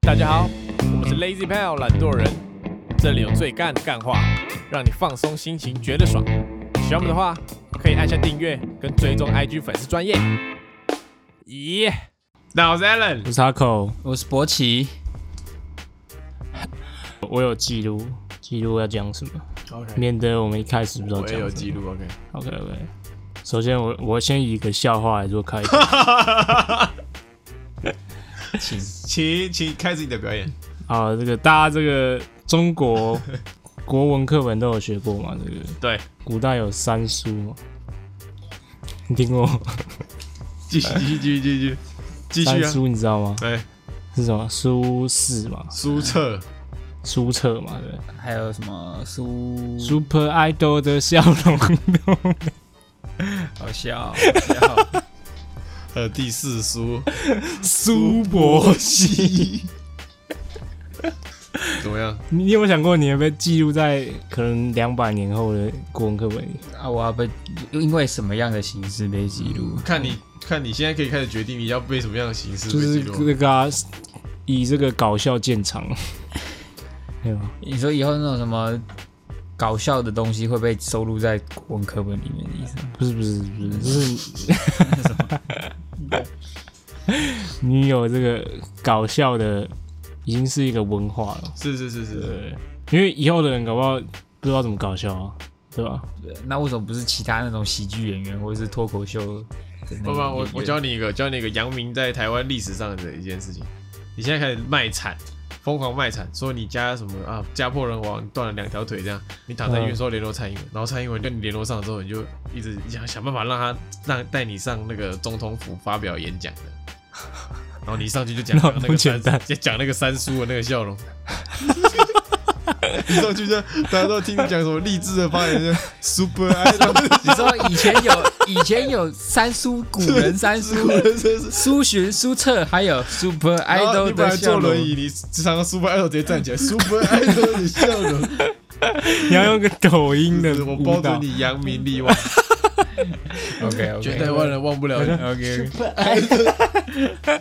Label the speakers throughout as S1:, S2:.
S1: 大家好，我们是 Lazy Pal 懒惰人，这里有最干的干话，让你放松心情，觉得爽。喜欢我们的话，可以按下订阅跟追踪 IG 粉丝专业。咦、那我是 Alan，
S2: 我是阿口，
S3: 我是博奇。
S2: 我有记录，记录要讲什么免得我们一开始不知道
S1: 我也
S2: 讲什么
S1: 有。记录，OK。
S2: OK OK，首先我我先以一个笑话来做 开头。
S3: 请
S1: 请请开始你的表演。
S2: 好，这个大家这个中 国国文课本都有学过嘛？这个
S1: 对，
S2: 古代有三书嘛？你听过吗
S1: 继 续继续继续继续继
S2: 三
S1: 续啊！
S2: 书？你知道吗？
S1: 对，
S2: 是什么？苏轼嘛，
S1: 书册
S2: 苏辙嘛，对不对
S3: 还有什么书？
S2: ？Super Idol 的笑容洞，
S3: 好笑，好笑。
S1: 和呃第四书
S2: 苏伯熙。
S1: 怎么样？
S2: 你有没有想过，你会被记录在可能两百年后的国文课本里？
S3: 啊，我要被因为什么样的形式被记录？
S1: 看你看你现在可以开始决定你要被什么样的形式
S2: 就
S1: 被
S2: 是
S1: 记录。
S2: 那个、啊、以这个搞笑见长， 啊对吧？
S3: 你说以后那种什么搞笑的东西会被收录在国文课本里面的意思吗？
S2: 不是不是不是，就是 你有这个搞笑的，已经是一个文化了。
S1: 是是是是是，
S2: 对，因为以后的人搞不好不知道怎么搞笑啊，对 吧？
S3: 那为什么不是其他那种喜剧演员或者是脱口秀的那种演
S1: 爸
S3: 员？
S1: 爸，我我教你一个，教你一个扬名在台湾历史上的一件事情。你现在开始卖惨，疯狂卖惨，说你家什么啊，家破人亡，断了两条腿这样。你躺在医院说联络蔡英
S2: 嗯
S1: 文，然后蔡英文跟你联络上了之后，你就一直想想办法让他让带你上那个总统府发表演 讲的。然后你一上去就讲
S2: 那
S1: 那
S2: 么
S1: 个
S2: 简
S1: 三
S2: 单，
S1: 就讲那个三叔的那个笑 容。一上去就大家都听你讲什么励志的发言就，super idol，
S3: 你说以前有 以前有三叔，古人三叔，
S1: 真是
S3: 苏洵、苏辙，还有 Super
S1: 然后
S3: Idol
S1: 你本
S3: 的
S1: 来坐
S3: 笑容
S1: 轮。椅，你常常 Super Idol 直接站起来，Super Idol 的笑容，
S2: 你要用个抖音的
S1: 我
S2: 舞
S1: 包
S2: 蹈
S1: 准，你扬名立万，
S3: OK OK，
S1: 全台湾人忘不了你，
S3: OK，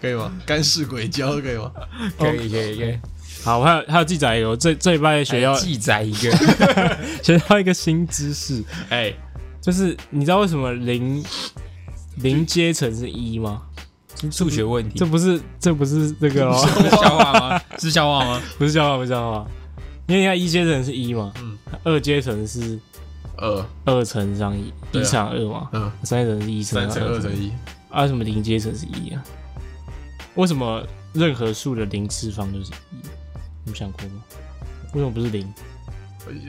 S1: 可以吗？干事鬼交可以吗？
S3: 可以可以可以。
S2: 好，我还有还有记载一个，我这这礼拜学
S1: 哎
S2: 到
S3: 记载 一个
S2: 学到一个新知识，
S1: 哎，
S2: 就是你知道为什么零零阶层是一吗？
S3: 数学问题
S2: 这，不是这不是那个哦，
S3: 这 是笑话吗？是笑话吗？
S2: 不是笑话，不是笑话。因为你看一阶层是一嘛，
S1: 嗯
S2: 二阶层是
S1: 二
S2: 二乘上一，
S1: 对
S2: 一
S1: 啊
S2: 乘二嘛，
S1: 嗯，
S2: 三阶层是一乘
S1: 三乘二
S2: 二
S1: 乘一，
S2: 啊，什么零阶层是一啊？为什么任何数的零次方都是一？你们想过吗？为什么不是零？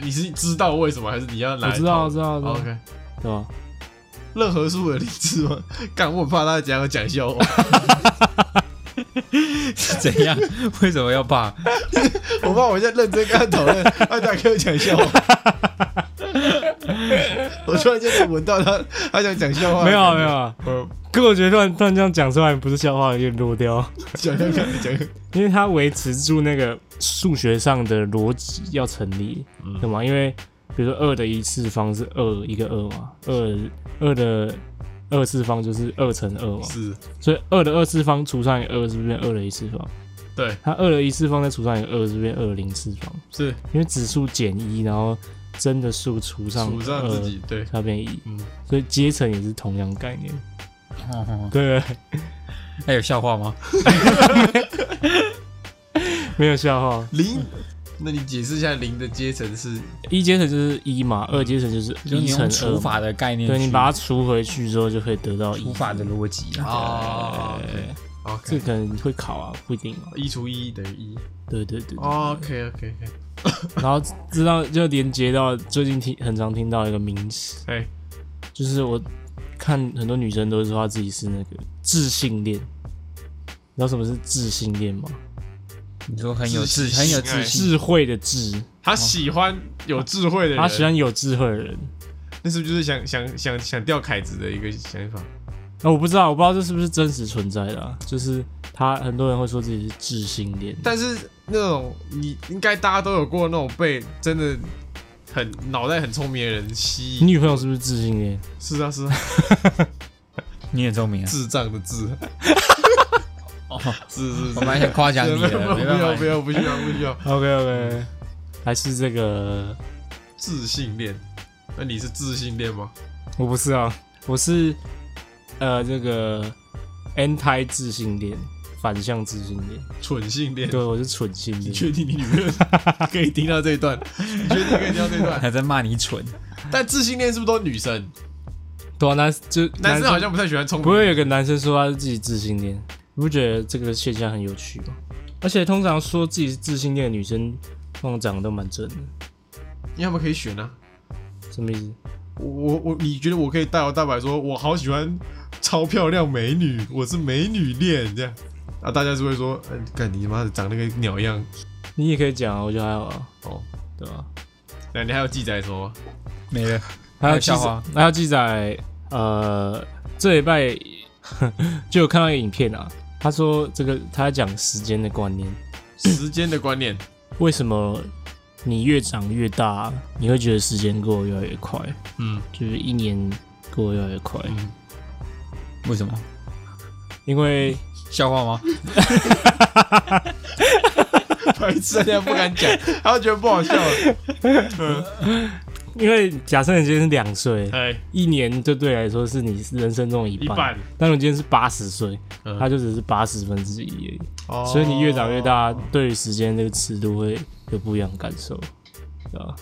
S1: 你是知道为什么还是你要
S2: 我
S1: 来？
S2: 知道，我知道，我知道，
S1: OK，
S2: 对吧？
S1: 任何数的理智吗？ 干，我很怕他讲要讲笑话，
S3: 是怎样？为什么要怕？
S1: 我怕我现在认真跟他讨论，他讲给我讲笑话。我突然间闻到他，他想讲笑话。哦
S2: 没有啊没有，啊，
S1: 我
S2: 可我觉得突然突然这样讲出来，不是笑话有点落掉，
S1: 讲讲看，讲讲。
S2: 因为它维持住那个数学上的逻辑要成立，
S1: 嗯
S2: 对吗？因为比如说二的一次方是二一个二嘛，二二的二次方就是二乘二嘛，
S1: 是，
S2: 所以二的二次方除上一个二是不是变二的一次方？
S1: 对，
S2: 它二的一次方再除上一个二是不是变二的零次方？
S1: 是
S2: 因为指数减一，然后真的数除上
S1: 数上自己，对
S2: 二，，它变一，
S1: 嗯，
S2: 所以阶层也是同样概念，对不对？
S3: 还有笑话吗？
S2: 没有笑话。
S1: 零，那你解释一下零的阶层是
S2: 一阶层就是一嘛，二阶层就是
S3: 就
S2: 一
S3: 你
S2: 乘
S3: 用
S2: 二
S3: 除
S2: 嘛，
S3: 法的概念去，
S2: 对你把它除回去之后就可以得到一
S3: 除。法的逻辑啊。
S1: 哦，OK，
S2: 这
S1: OK，
S2: 可能会考啊，不一定啊。
S1: 一除一等于一哦
S2: 对对对。对
S3: 哦
S1: ，OK OK OK，
S2: 然后知道就连接到最近听很常听到一个名词，
S1: 哎，
S2: 就是我看很多女生都说她自己是那个自信恋。你知道什么是自信恋吗？
S3: 你说很有自
S1: 自信
S3: 很有自信，
S2: 智慧的智，
S1: 他喜欢有智慧的人，
S2: 她喜欢有智慧的人。
S1: 那是不是就是想想想想钓凯子的一个想法？
S2: 那、我不知道，我不知道这是不是真实存在的、啊，就是她很多人会说自己是自信恋。
S1: 但是那种你应该大家都有过那种被真的很脑袋很聪明的人吸
S2: 你
S1: 引，
S2: 女朋友是不是自信恋？
S1: 是啊是啊，
S3: 你很聪明啊。
S1: 智障的智，是是是，
S3: 哦我蛮想夸奖你的，
S1: 不
S3: 没办
S1: 要不
S3: 法，
S1: 要不需要不需要，
S2: OK OK，还嗯是这个
S1: 自信恋。那你是自信恋吗？
S2: 我不是啊，我是呃这个 anti 自信恋，反向自信恋。
S1: 蠢性恋？
S2: 对，我是蠢性
S1: 你
S2: 恋。
S1: 确定你女朋友可以听到这一 段？你确定可以听到这一段？
S3: 还在骂你蠢。
S1: 但自信恋是不是都女生？
S2: 对啊，男就
S1: 男生好像不太喜欢冲
S2: 不
S1: 突。
S2: 会有个男生说他是自己自信恋，你不觉得这个现象很有趣吗？而且通常说自己是自信恋的女生，通常长得都蛮正的，
S1: 因为他们可以选啊。
S2: 什么意思？
S1: 我我我，你觉得我可以大摇大摆说，我好喜欢超漂亮美女，我是美女恋这样啊？大家是会说，嗯、干你妈的长得跟鸟一样
S2: 你也可以讲啊，我觉得还好啊，
S1: 哦。
S2: 对吧、
S1: 那你还有记载什么吗？
S3: 没了，
S2: 还
S3: 还有
S2: 有记
S3: 笑
S2: 载
S3: 话，
S2: 还有记载，呃，这 礼拜就有看到一个影片啊，他说这个他在讲时间的观念，
S1: 时间的观 念，
S2: 为什么你越长越大，你会觉得时间过得越来越快，
S1: 嗯
S2: 就是一年过得越来越快，
S1: 嗯，
S3: 为什么？
S2: 因为
S3: 笑话吗？
S1: 白痴，人家不敢讲，他觉得不好笑了。
S2: 因为假设你今天是两岁，
S1: 哎，
S2: 一年就对你来说是你人生中的一半，
S1: 一半
S2: 但如果今天是八十岁，
S1: 嗯
S2: 它就只是八十分之一而已。
S1: 哦
S2: 所以你越长越大，对于时间这个尺度会有不一样的感受，对吧？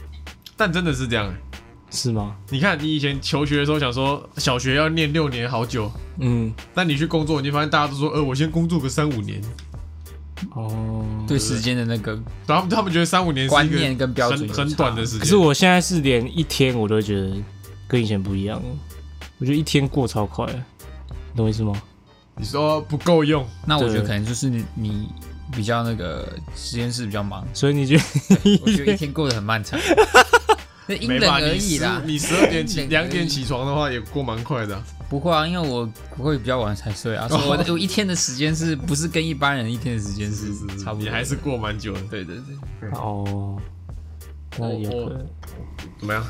S1: 但真的是这样。
S2: 是吗？
S1: 你看，你以前求学的时候想说小学要念六年，好久。
S2: 嗯，
S1: 但你去工作，你就发现大家都说，呃，我先工作个三五年，
S2: 哦，
S3: 对时间的那个
S1: 然后他们他们觉得三五年是一个
S3: 观念跟标准
S1: 很
S3: 有
S1: 很
S3: 差
S1: 短的时间。
S2: 可是我现在是连一天我都觉得跟以前不一样了，我觉得一天过超快，你懂我意思吗？
S1: 你说不够用，
S3: 那我觉得
S2: 对
S3: 可能就是你你比较那个实验室比较 忙，
S2: 所以你觉得
S3: 我觉得一天过得很漫 长，那因
S1: 没
S3: 人
S1: 办法，
S3: 而
S1: 你
S3: 异
S1: 十
S3: 啦。
S1: 你十二点起
S3: 因人而
S1: 两
S3: 异
S1: 点起床的话，也过蛮快的啊、
S3: 不会啊，因为我我会比较晚才睡啊，所以我的我一天的时间是不是跟一般人一天的时间是 差不多的？
S1: 你还是过蛮久的。
S3: 对对对，
S2: 哦，那有可能
S1: 怎么样？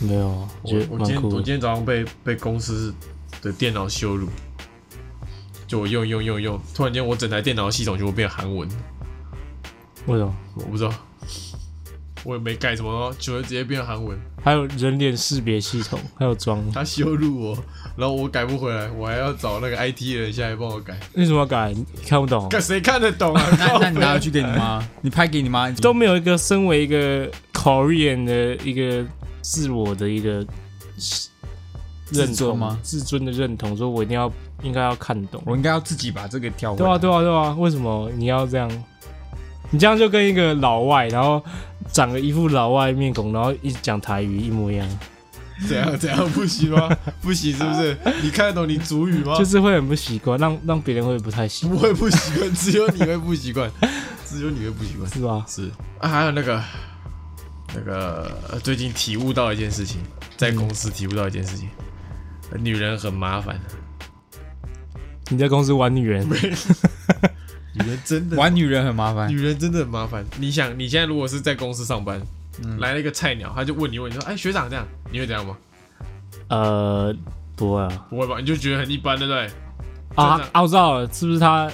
S2: 没有啊？我
S1: 我我今
S2: 觉得蛮
S1: 天我
S2: 酷
S1: 今
S2: 的。
S1: 天早上被被公司的电脑羞辱，就我用用用用，突然间我整台电脑的系统就会变韩文，
S2: 为什么？
S1: 我不知道，我也没改什么，就会直接变韩文。
S2: 还有人脸识别系统，还有装，
S1: 他羞辱我，然后我改不回来，我还要找那个 IT 人下来帮我改，
S2: 为什么要改？你看不懂，
S1: 看谁看得懂啊？
S3: 那
S1: 靠
S3: 那你拿回去给你妈，你拍给你妈，
S2: 都没有一个身为一个 Korean 的一个自我的一个认
S3: 自
S2: 同
S3: 尊吗？
S2: 自尊的认同，说我一定要应该要看懂。
S3: 我应该要自己把这个调回
S2: 对啊，
S3: 来。
S2: 对啊，对啊，为什么你要这样？你这样就跟一个老外，然后长了一副老外面孔，然后一直讲台语一模一样，
S1: 怎样怎样不行吗？不行是不是？ 你看得懂你主语
S3: 哦
S1: 吗？
S2: 就是会很不习惯，让让别人会不太习
S1: 不
S2: 惯，
S1: 会不习惯，只有你会不习 惯，只有你会不习惯。
S2: 是吧？
S1: 是啊，还有那个那个呃最近体悟到一件事情，在公司体悟到一件事情，呃女人很麻烦，
S2: 你在公司玩女 人，
S1: 女人真的
S3: 玩女人很麻烦，
S1: 啊女人真的很麻烦。你想，你现在如果是在公司上班，来了一个菜鸟，他就问你问你说，哎，学长这样，你会怎样吗？
S2: 呃，不会啊。
S1: 不会吧？你就觉得很一般，对不对？
S2: 啊
S1: 真的，
S2: 啊我知道了，是不是他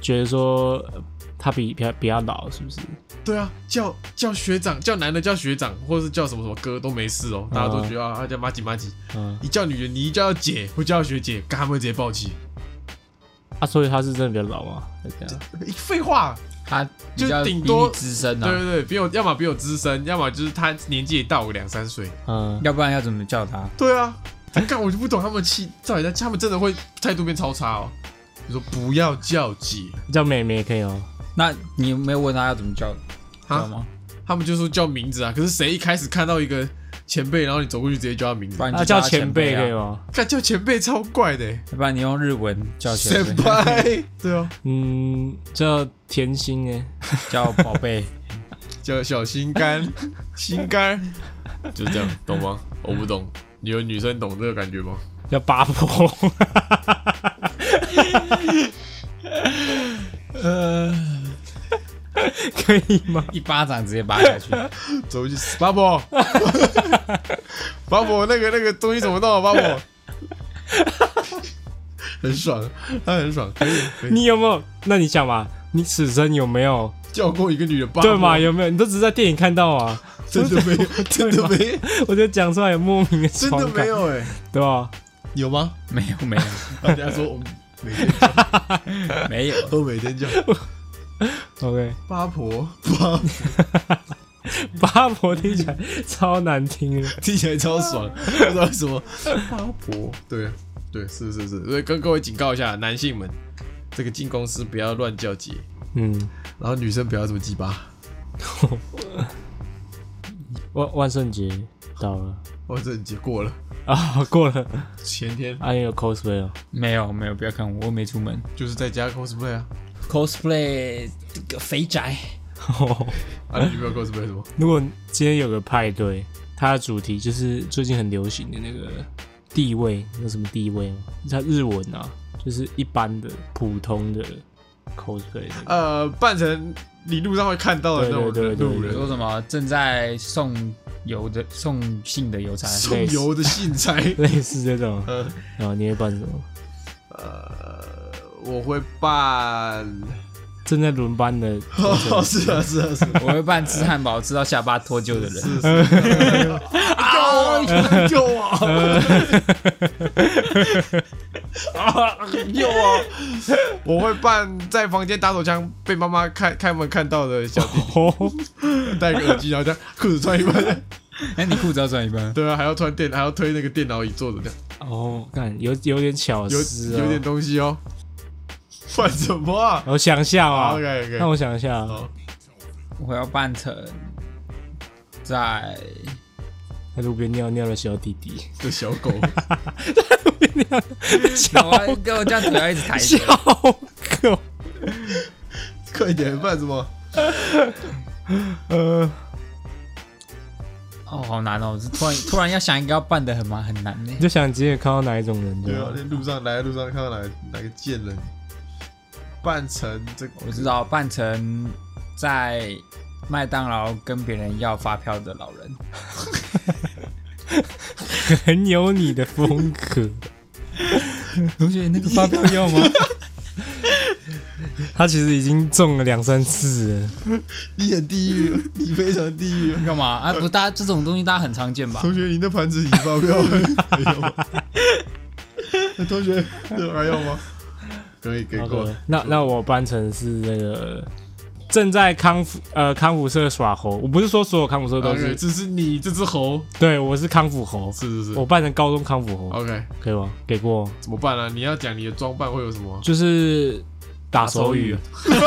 S2: 觉得说呃他比比他比他老，是不是？
S1: 对啊，叫叫学长，叫男的叫学长，或者是叫什么什么哥都没事哦，大家都觉得啊，叫妈吉妈吉。
S2: 嗯，
S1: 你叫女人，你一叫姐或叫学姐，干他们会直接暴气。
S2: 啊，所以他是真的比较老吗？还是怎样
S1: 废话，
S3: 她比
S1: 就
S3: 较
S1: 顶多
S3: 比你资深
S1: 对
S3: 啊，
S1: 对对，比我要么比我资深，要么就是他年纪也大我两三岁。
S2: 嗯，
S3: 要不然要怎么叫她？
S1: 对啊，干我就不懂他们气，到底在他们真的会态度变超差哦。就说不要叫姐，
S2: 叫妹妹也可以哦。
S3: 那你有没有问她要怎么叫，知道吗？
S1: 他们就说叫名字啊。可是谁一开始看到一个前辈，然后你走过去直接叫他名字
S3: 不，然你
S2: 啊，
S3: 就叫
S2: 叫
S3: 她
S2: 前辈可
S3: 啊
S2: 以，哦吗？
S1: 干叫前辈超怪的、欸。
S3: 要不然你用日文叫前辈，
S1: 辈，对啊，
S2: 嗯，叫甜心哎，
S3: 叫宝贝。
S1: 叫小心 肝，心肝，就这样，懂吗？我不懂，你有女生懂这个感觉吗？
S2: 叫八婆。呃，可以吗？
S3: 一巴掌直接扒下去，
S1: 走过去，八婆， 八婆，那个那个东西怎么弄啊？八婆，很爽，他很爽，可以可以
S2: 你有没有？那你想嘛，你此生有没有？
S1: 叫过一个女的爸
S2: 对
S1: 吗
S2: 嘛？？有没有？你都只是在电影看到啊，
S1: 真的没有，真的没 有，
S2: 我觉得讲出来有莫名的
S1: 真
S2: 爽
S1: 的没
S2: 感，
S1: 有哎，
S2: 对吧？
S1: 有 吗？
S3: 没有没有
S1: 大家说我们每天
S3: 没有，
S1: 都每天 叫
S2: OK，
S1: 八婆八，
S2: 八婆听起来超难听的，
S1: 听起来超 爽，不知道为什么八婆，对对是是是，所以跟各位警告一下，男性们，这个进公司不要乱叫姐，
S2: 嗯，
S1: 然后女生不要这么鸡巴，
S2: 万万圣节到了
S1: 我哦这节过了，
S2: 啊，过了，
S1: 前天
S2: 啊，你有 cosplay 哦，
S3: 没有没有，不要看我，我没出门
S1: 就是在家 cosplay 啊，
S3: cosplay 这个肥宅，
S1: 啊你女朋友 cosplay 什么？
S2: 如果今天有个派对，它的主题就是最近很流行的那个地位，有什么地位吗？它日文啊，就是一般的普通的 cosplay 那个
S1: 呃，扮成你路上会看到的那种
S2: 对对对对
S1: 路
S3: 比如说
S1: 人，
S3: 什么正在送邮的送信的邮差，
S1: 送呃油的信差。
S2: 类似这 种，
S1: 呃
S2: 然哦后你会扮什么？
S1: 呃，我会 扮，
S2: 正在轮班的，
S1: 哦，是啊，是啊，是啊，
S3: 我会扮吃汉堡吃到下巴脱臼的人，
S1: 是是啊，救我！救我！啊，救我！我会扮在房间打手枪被妈妈看开门看到的小弟，
S2: 哦，
S1: 戴个耳机，然后这样裤子穿一半，
S3: 哎，你裤子要穿一半，
S1: 对啊，还要穿电，还要推那个电脑椅坐着，这样
S2: 哦，看有有点巧思、哦，
S1: 有有点，东西哦。扮什么啊？
S2: 我想一下啊，
S1: OK OK，
S2: 那我想一下啊，
S1: 好
S3: 我要扮成在
S2: 在路边尿尿的小弟弟，
S1: 这小狗，
S2: 小
S3: 我要给我这样腿要一直抬起
S2: 小
S3: 来，
S2: 狗，
S1: 快点扮什么？
S2: 呃，
S3: 哦，好难哦！我是突然突然要想一个要扮的很蛮很难呢
S2: 你。就想直接看到哪一种人
S1: 对
S2: 对
S1: 啊，
S2: 吧？
S1: 那路上来路上看到哪哪个贱人扮成这个，
S3: 我知道扮成在麦当劳跟别人要发票的老人，
S2: 很有你的风格。
S3: 同学那个发票要吗？
S2: 他其实已经中了两三次了，
S1: 你很地狱，你非常地狱。
S3: 干嘛啊？不，大家这种东西大家很常见吧？
S1: 同学，你那盘子已经发票了，还要吗？同学，这还要吗？可以，可以
S2: 好
S1: 过了
S2: 的。那那我扮成是那个正在康复呃康复社耍猴，我不是说所有康复社都
S1: OK，
S2: 是，
S1: 这是你这只猴，
S2: 对我是康复猴，
S1: 啊是是是
S2: 我。扮成高中康复猴，
S1: OK，
S2: 可以吗？给过，
S1: 怎么办啊？你要讲你的装扮会有什么？
S2: 就是打手
S1: 手
S2: 语
S1: 语。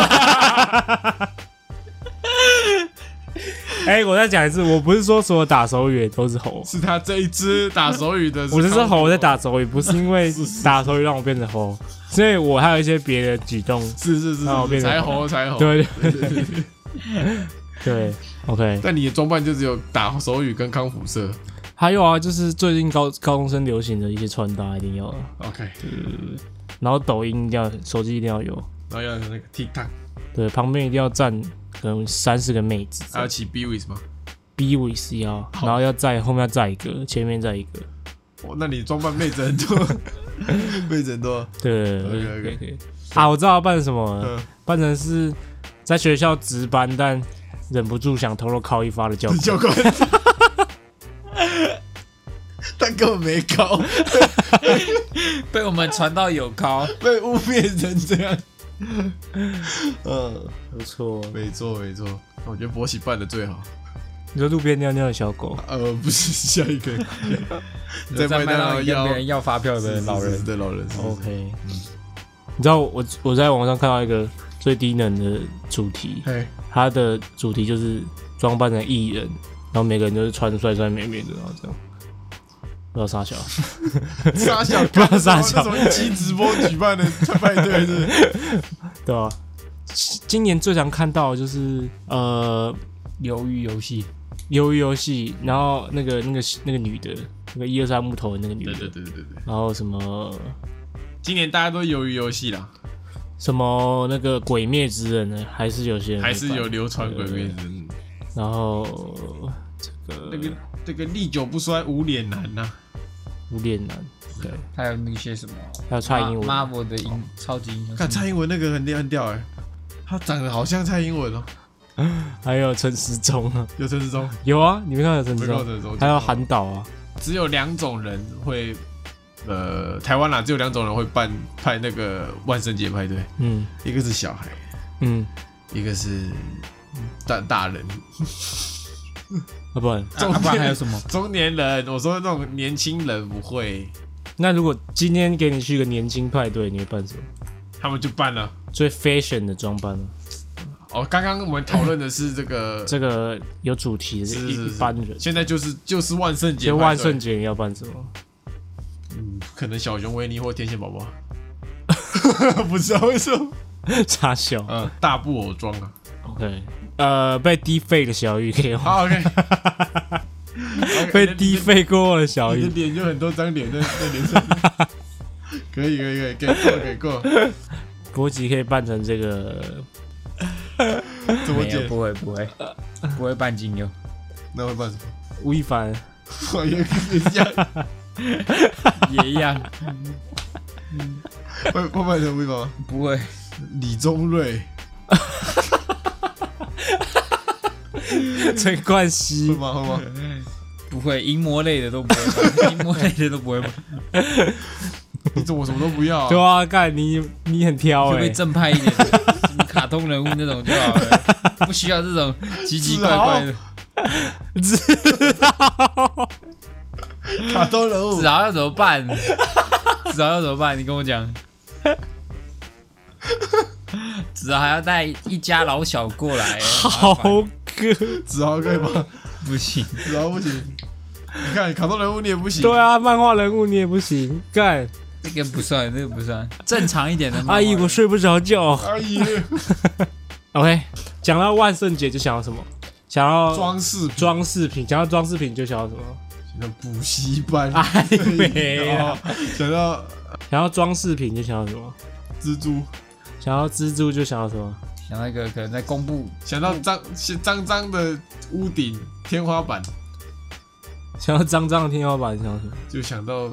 S2: 哎、我再讲一次，我不是说所有打手语也都是猴，
S1: 是他这一只打手语的，
S2: 我这是
S1: 康复
S2: 猴在，打手语，不是因为打手语让我变成猴，所以我还有一些别的举动。
S1: 是是是
S2: 那啊我
S1: 是，
S2: 变成
S1: 才猴才猴。
S2: 对对对 对，OK。
S1: 但你的装扮就只有打手语跟康复社。
S2: 还有啊，就是最近高高中生流行的一些穿搭一定要，啊
S1: OK，
S2: 然后抖音一定要，手机一定要有，
S1: 然后要有那个 TikTok，
S2: 对，旁边一定要站可能三四个妹子
S1: 还要骑 B w i s 吗？
S2: ，B 位是要，
S1: 好
S2: 然后要在后面要载一个，前面载一个，
S1: 哦，那你装扮妹子很多， 妹子很多。
S2: 对对
S1: OK，OK
S2: 对对。啊，我知道扮什么了，
S1: 嗯，
S2: 扮成是在学校值班，但忍不住想偷偷靠一发的教 官。
S1: 教官， 但根本没高，
S3: 被我们传到有高，
S1: 被污蔑成这样。嗯，
S2: 不错，
S1: 没错没错，我觉得博喜办的最好。
S2: 你说路边尿尿的小狗，
S1: 呃，不是下一个，在
S3: 在
S1: 麦
S3: 麦
S1: 当
S3: 当
S1: 劳
S3: 劳跟
S1: 要
S3: 别人要发票的老人，
S1: 的老人是是是
S2: OK，你知道我我在网上看到一个最低能的主题，
S1: 嘿，
S2: 它的主题就是装扮成艺人，然后每个人都是穿帅帅美美的，然后这样，不知道啥小，
S1: 傻小
S2: 不要
S1: 干
S2: 傻
S1: 那啊什
S2: 笑
S1: 么那什么一期直播举办的派对是不是？
S2: 对吧、今今年最常看到的就是呃，
S3: 鱿鱼游戏，
S2: 鱿鱼游戏，然后那个那个那个女的，那个一二三木头的那个女
S1: 对对
S2: 的，
S1: 对对对对，
S2: 然后什么
S1: 今年大家都鱿鱼游戏啦，
S2: 什么那个鬼灭之刃呢，还是有些人
S1: 还是
S2: 会
S1: 有
S2: 办，
S1: 流传鬼灭之刃。
S2: 然后这
S1: 那
S2: 个
S1: 个这个历久不衰无脸男呐、
S2: 无脸男，对，
S3: 还有那些什么
S2: 还有蔡英文，
S3: Marvel 的英超级英雄，
S1: 看蔡英文那个很屌很屌哎、他长得好像蔡英文哦，
S2: 还有陈时 中啊，
S1: 有陈志忠，
S2: 有啊，你没看到有陈
S1: 没
S2: 时
S1: 看到
S2: 中，
S1: 陈志忠，
S2: 还有韩导啊，
S1: 只有两种人会，呃，台湾啦，只有两种人会办派那个万圣节派对，
S2: 嗯
S1: 一个是小孩，
S2: 嗯，
S1: 一个是大大人，
S2: 要不然，
S3: 啊不然还有什么？
S1: 中年人。我说那种年轻人不会，
S2: 那如果今天给你去一个年轻派对，你会办什么？
S1: 他们就办了。
S2: 最 fashion 的装扮呢？啊
S1: 哦，刚刚我们讨论的是这 个，
S2: 这个有主题的
S1: 是
S2: 一
S1: 是
S2: 一
S1: 是
S2: 般人，
S1: 现在就是就是万圣节
S2: 就
S1: 派对，
S2: 万圣节你要办什 么？
S1: 嗯，可能小熊维尼或天线宝宝， 不知道为什么，
S2: 傻笑
S1: 嗯，大布偶装啊。
S2: ，OK，呃，被低费的小雨可以 吗？
S1: 好，OK，
S2: 被低费过的小
S1: 你的
S2: 雨，
S1: 脸就很多张脸在在脸上。可以可以可以，给过给过，
S2: 国籍可以办成这个，
S1: 怎么
S3: 没有，
S1: 解？
S3: 不会不会 不会扮金牛，
S1: 那会办什么？
S2: 吴亦凡
S1: 我也跟你一样，
S3: 也一样，
S1: 会会办什么吗？
S3: 不会
S1: 李宗瑞
S2: 陈冠
S1: 会
S2: 希，
S1: 吗？会吗？
S3: 不会，淫魔类的都不会 扮，淫魔类的都不会扮，
S1: 你怎么什么都不要、啊？
S2: 对啊，干你你很挑
S3: 就
S2: 哎
S3: 会，正派一点的， 什么卡通人物那种就好了，不需要这种奇奇怪怪的。
S1: 卡通人物
S3: 子豪要怎么办？子豪要怎么办？你跟我 讲。子豪还要带一家老小过来，
S2: 好
S3: 麻烦
S2: 哥，
S1: 子豪可以吗？
S3: 不行，
S1: 子豪不行。你看卡通人物你也不行。
S2: 对。啊，漫画人物你也不行，干，
S3: 这个不算，这个不算，正常一点的。
S2: 阿姨我睡不着觉
S1: 阿姨，
S2: ，OK，讲到万圣节就想要什么？想要
S1: 装饰品
S2: 装饰品，讲到装饰品就想要什么？
S1: 想到补习班，
S2: 哎没
S1: 然
S2: 啊，
S1: 后想到
S2: 想要装饰品就想要什么？
S1: 蜘蛛，
S2: 想要蜘蛛就想要什么？
S3: 想到一个可能在公布
S1: 想到脏脏脏的屋顶、天花板，
S2: 想要脏脏的天花板想要什么？
S1: 就想到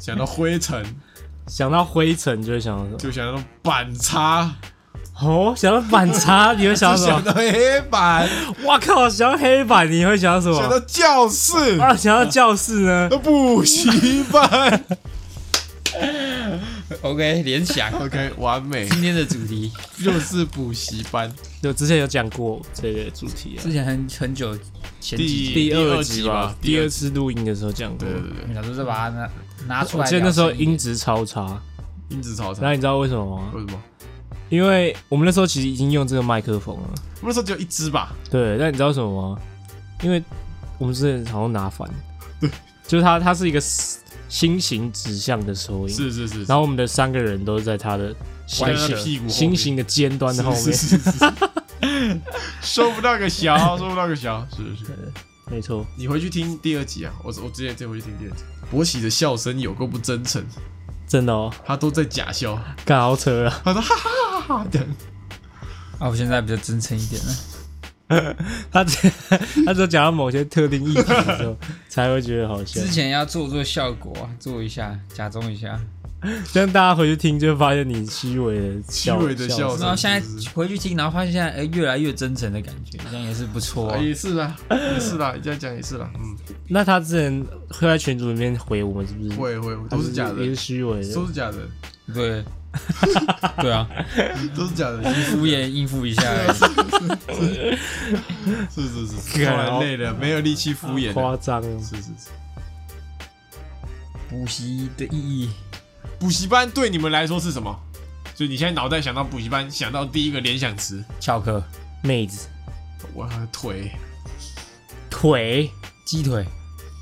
S1: 想到灰尘，
S2: 想到灰尘就会想到什么？
S1: 就想到板擦，
S2: 哦，想到反差 你会想
S1: 就
S2: 到
S1: 想
S2: 什么？
S1: 到黑板，
S2: 哇靠，想到黑板你会想到什
S1: 想
S2: 么
S1: 到？教室、
S2: 啊，想到教室呢？
S1: 补习班。
S3: OK 联想
S1: OK，完美，
S3: 今天的主题，
S1: 就是补习班。
S2: 就之前有讲过这个主题啊，
S3: 之前很很久前几集，
S2: 第二
S1: 第二集吧
S2: 第二次录音的时候讲过
S1: 对。对对，
S3: 想说再把它拿拿出
S2: 我记得
S3: 来聊深一点。
S2: 那时候音质超差，
S1: 音质超
S2: 然后
S1: 差。
S2: 你知道为什么吗？
S1: 为什么？
S2: 因为我们那时候其实已经用这个麦克风了，
S1: 我那时候只有一只吧，
S2: 对。但你知道为什么吗？因为我们之前好像拿反，就是它它是一个心形指向的收音，
S1: 是是是，
S2: 然后我们的三个人都在它的
S1: 歪在
S2: 心形
S1: 屁股后面
S2: 心形的尖端的后
S1: 是
S2: 面，
S1: 是是是是 收不到个小，收不到个小，是是是。
S2: 没错。
S1: 你回去听第二集啊，我我直接再回去听第二集。博喜的笑声有够不真诚，
S2: 真的哦，
S1: 他都在假笑，
S2: 干好扯 啊！
S1: 他说哈哈哈哈哦这样。
S3: 啊，我现在比较真诚一点了。
S2: 他只他只有讲到某些特定议题的时候，才会觉得好笑
S3: 之。前要做做效果啊，做一下，假装一下。
S2: 这样大家回去听，就发现你虚伪的笑
S1: 虚伪的笑
S2: 声
S3: 然后现在回去听，然后发现现在哎越来越真诚的感觉，这样也是不错啊
S1: 啊，。也是啦，也是啦，你这样讲也是啦，嗯，
S2: 那他之前会在群组里面回我们，是不是？
S1: 会会都是假的
S2: 也，是虚伪的
S1: 都。是假的，
S3: 对， 对啊，
S1: 都是假的，其实
S3: 敷衍应付一下而
S1: 是
S3: 已。
S1: 是是， 是，突
S2: 干
S1: 然累了，没有力气敷衍
S2: 夸
S1: 了，
S2: 张哦。
S1: 是是是。
S3: 补习的意义，
S1: 补习班对你们来说是什么？就你现在脑袋想到补习班，想到第一个联想词，
S3: 翘课、
S2: 妹子
S1: 我腿
S2: 腿
S3: 鸡腿、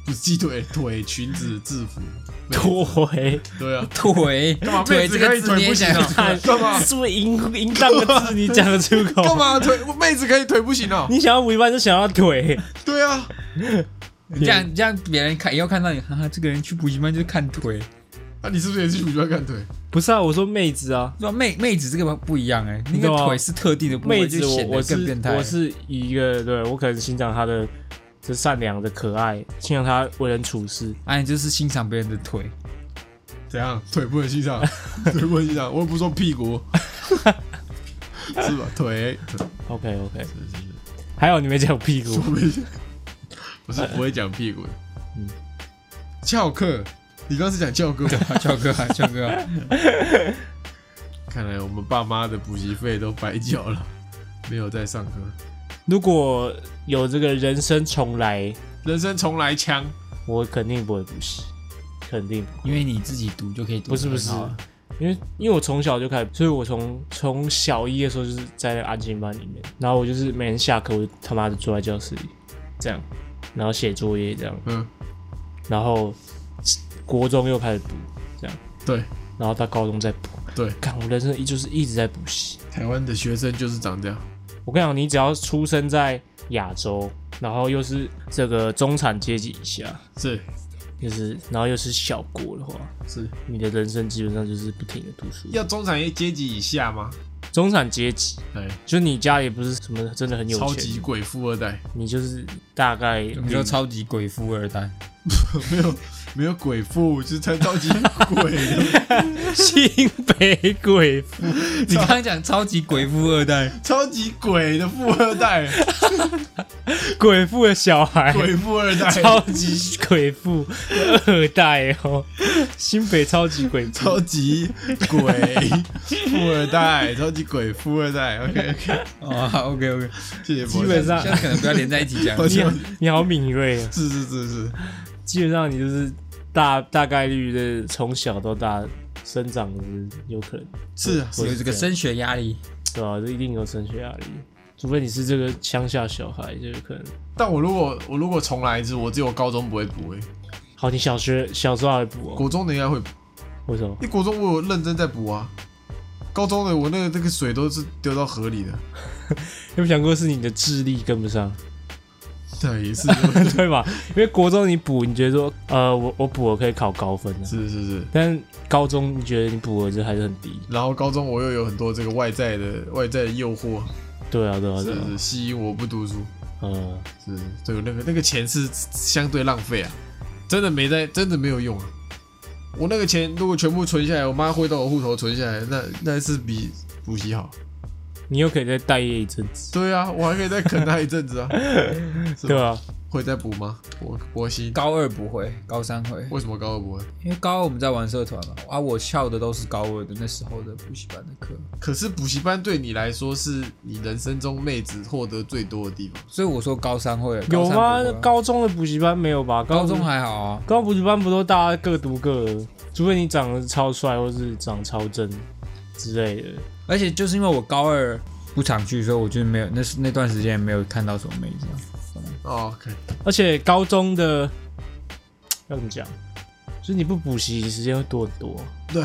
S1: 不是鸡腿，腿裙子制服，
S2: 腿，
S1: 对啊，
S3: 腿、
S1: 干嘛妹
S3: 腿
S1: 子
S3: 这
S1: 可以
S3: 个字
S1: 腿
S3: 你
S1: 不
S3: 也
S1: 行
S3: 想
S1: 啊？干嘛
S2: 是不是淫淫荡的字你讲得出口？
S1: 干？嘛腿妹子可以腿不行哦？
S2: 你想要补一半就想要腿，
S1: 对啊，
S3: 这样这样别人看以后看到你，哈哈，这个人去补习班就是看腿。
S1: 啊你是不是也去补习班看腿？
S2: 不是啊？我说妹子啊，
S3: 对啊，妹妹子这个不一样哎、那
S2: 对
S3: 个
S2: 啊
S3: 腿是特定的部位，
S2: 妹子
S3: 就
S2: 我
S3: 显
S2: 我
S3: 得
S2: 是
S3: 更变态。
S2: 我是以一个对我可能欣赏她的这善良的可爱，欣赏他为人处事。
S3: 哎、你就是欣赏别人的腿，
S1: 怎样？腿不能欣赏， 腿不能欣赏，我又不是说屁股， 是吧？腿，腿
S2: OK OK，
S1: 是是是
S2: 还有你没讲屁股
S1: 我，没想，我是不会讲屁股的。
S2: 嗯
S1: 翘课，你刚刚是讲翘课吗？
S3: 啊翘 哥啊，翘哥啊，
S1: 看来我们爸妈的补习费都白缴了，没有在上课。
S2: 如果有这个人生重来，
S1: 人生重来枪，
S2: 我肯定不会补习，肯定不
S3: 因为你自己读就可以读，
S2: 不是不是，因为因为我从小就开始，所以我从从小一的时候就是在那个安静班里面，然后我就是每天下课我就他妈的坐在教室里这样，然后写作业这样，
S1: 嗯，
S2: 然后国中又开始补这样，
S1: 对
S2: 然后到高中再补，
S1: 对，
S2: 看我人生一就是一直在补习。
S1: 台湾的学生就是长这样，
S2: 我跟你讲，你只要出生在亚洲，然后又是这个中产阶级以下，
S1: 是
S2: 就是然后又是小国的话，
S1: 是，
S2: 你的人生基本上就是不停的读书。
S1: 要中产阶级以下吗？
S2: 中产阶级，
S1: 哎，
S2: 就你家也不是什么真的很有
S1: 超级
S2: 钱，
S1: 鬼富二代，
S2: 你就是大概
S3: 我们就超级鬼富二代，
S1: 没有没有鬼富，就是他超级鬼的，
S2: 新北鬼父，
S3: 你刚刚讲超级鬼富 二代，
S1: 超级鬼的富二代，
S2: 鬼父的小孩，
S1: 鬼富二代，
S2: 哎超级鬼父二代哦，新北超级鬼父，
S1: 超级鬼富二代，超级鬼富二代。OK OK，
S3: 哦，OK OK，
S1: 谢谢博士。
S2: 基本上
S3: 现在可能不要连在 一起讲，
S1: 抱
S2: 你
S1: 歉
S2: 好，你好敏锐啊，
S1: 是是是是，
S2: 基本上你就是大大概率的从小到大生长的有可能，
S1: 是啊，
S3: 有这个升学压力，
S2: 对吧、这一定有升学压力，除非你是这个乡下小孩，就有可能。
S1: 但我如果我如果重来一次，我只有高中不会补诶、欸
S2: 好，你小学小时候还补、哦，
S1: 国中的应该会补。
S2: 为什么？
S1: 你国中我有认真在补啊，高中的我那个那个水都是丢到河里的，
S2: 有没有想过是你的智力跟不上，
S1: 对， 也是
S2: 对吧？因为国中你补，你觉得说，呃，我我补我可以考高分的、
S1: 是是是。
S2: 但高中你觉得你补的就还是很低。
S1: 然后高中我又有很多这个外在的外在的诱惑，
S2: 对啊，对啊，对
S1: 是
S2: 啊，
S1: 是吸引我不读书，
S2: 嗯，
S1: 是是对那个那个钱是相对浪费啊，真的没在，真的没有用啊。我那个钱如果全部存下来，我妈汇到我户头存下来，那那是比补习好。
S2: 你又可以再待业一阵子，
S1: 对啊，我还可以再啃它一阵子啊。是
S2: 对啊
S1: 吧？
S2: 吧？
S1: 会再补吗？我我希
S3: 高二不会，高三会，
S1: 为什么高二啊不会？
S3: 因为高二我们在玩社团嘛，啊，我翘的都是高二的那时候的补习班的课，
S1: 可是补习班对你来说是你人生中妹子获得最多的地方。
S3: 所以我说高三会了，
S2: 有吗
S3: 高三不会啊？
S2: 高中的补习班没有吧？
S3: 高
S2: 中
S3: 中还好啊，
S2: 高中补习班不都大家各读各的，除非你长得超帅或是长超正之类的。
S3: 而且就是因为我高二不常去，所以我就没有那是那段时间也没有看到什么妹子啊。
S1: 哦，OK，
S2: 而且高中的要怎么讲，就是你不补习时间会多很多，
S1: 对，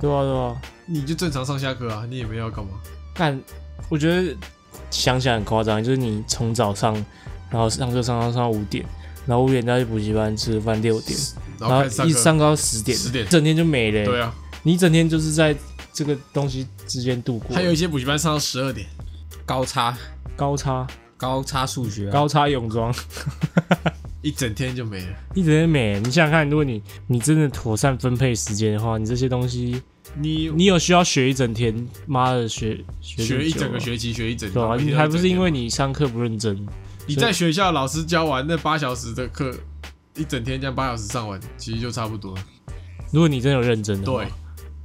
S2: 对啊对啊。
S1: 你就正常上下课啊，你也没有要干嘛。
S2: 但我觉得想想很夸张，就是你从早上，然后上课上到上到五点，然后五点再去补习班吃个饭六点，
S1: 然
S2: 然
S1: 后
S2: 后
S1: 开始上
S2: 一
S1: 课。
S2: 直上到十点，
S1: 10点
S2: 整天就没了、欸
S1: 对啊，
S2: 你整天就是在这个东西之间度过
S1: 还。有一些补习班上到十二点。
S3: 高差
S2: 高差
S3: 高差数学、啊，
S2: 高差泳装。
S1: 一整天就没了。
S2: 一直在美。你想想看，如果你你真的妥善分配时间的话，你这些东西，
S1: 你
S2: 你有需要学一整天，妈的学学这么
S1: 学一
S2: 久
S1: 整个学
S2: 啊，
S1: 期，学一整
S2: 对啊，
S1: 每天
S2: 你
S1: 都
S2: 还不是因为
S1: 一整天
S2: 你上课不认真，
S1: 你在学校老师教完那八小时的课，一整天这样八小时上完，其实就差不多了。
S2: 如果你真的有认真的话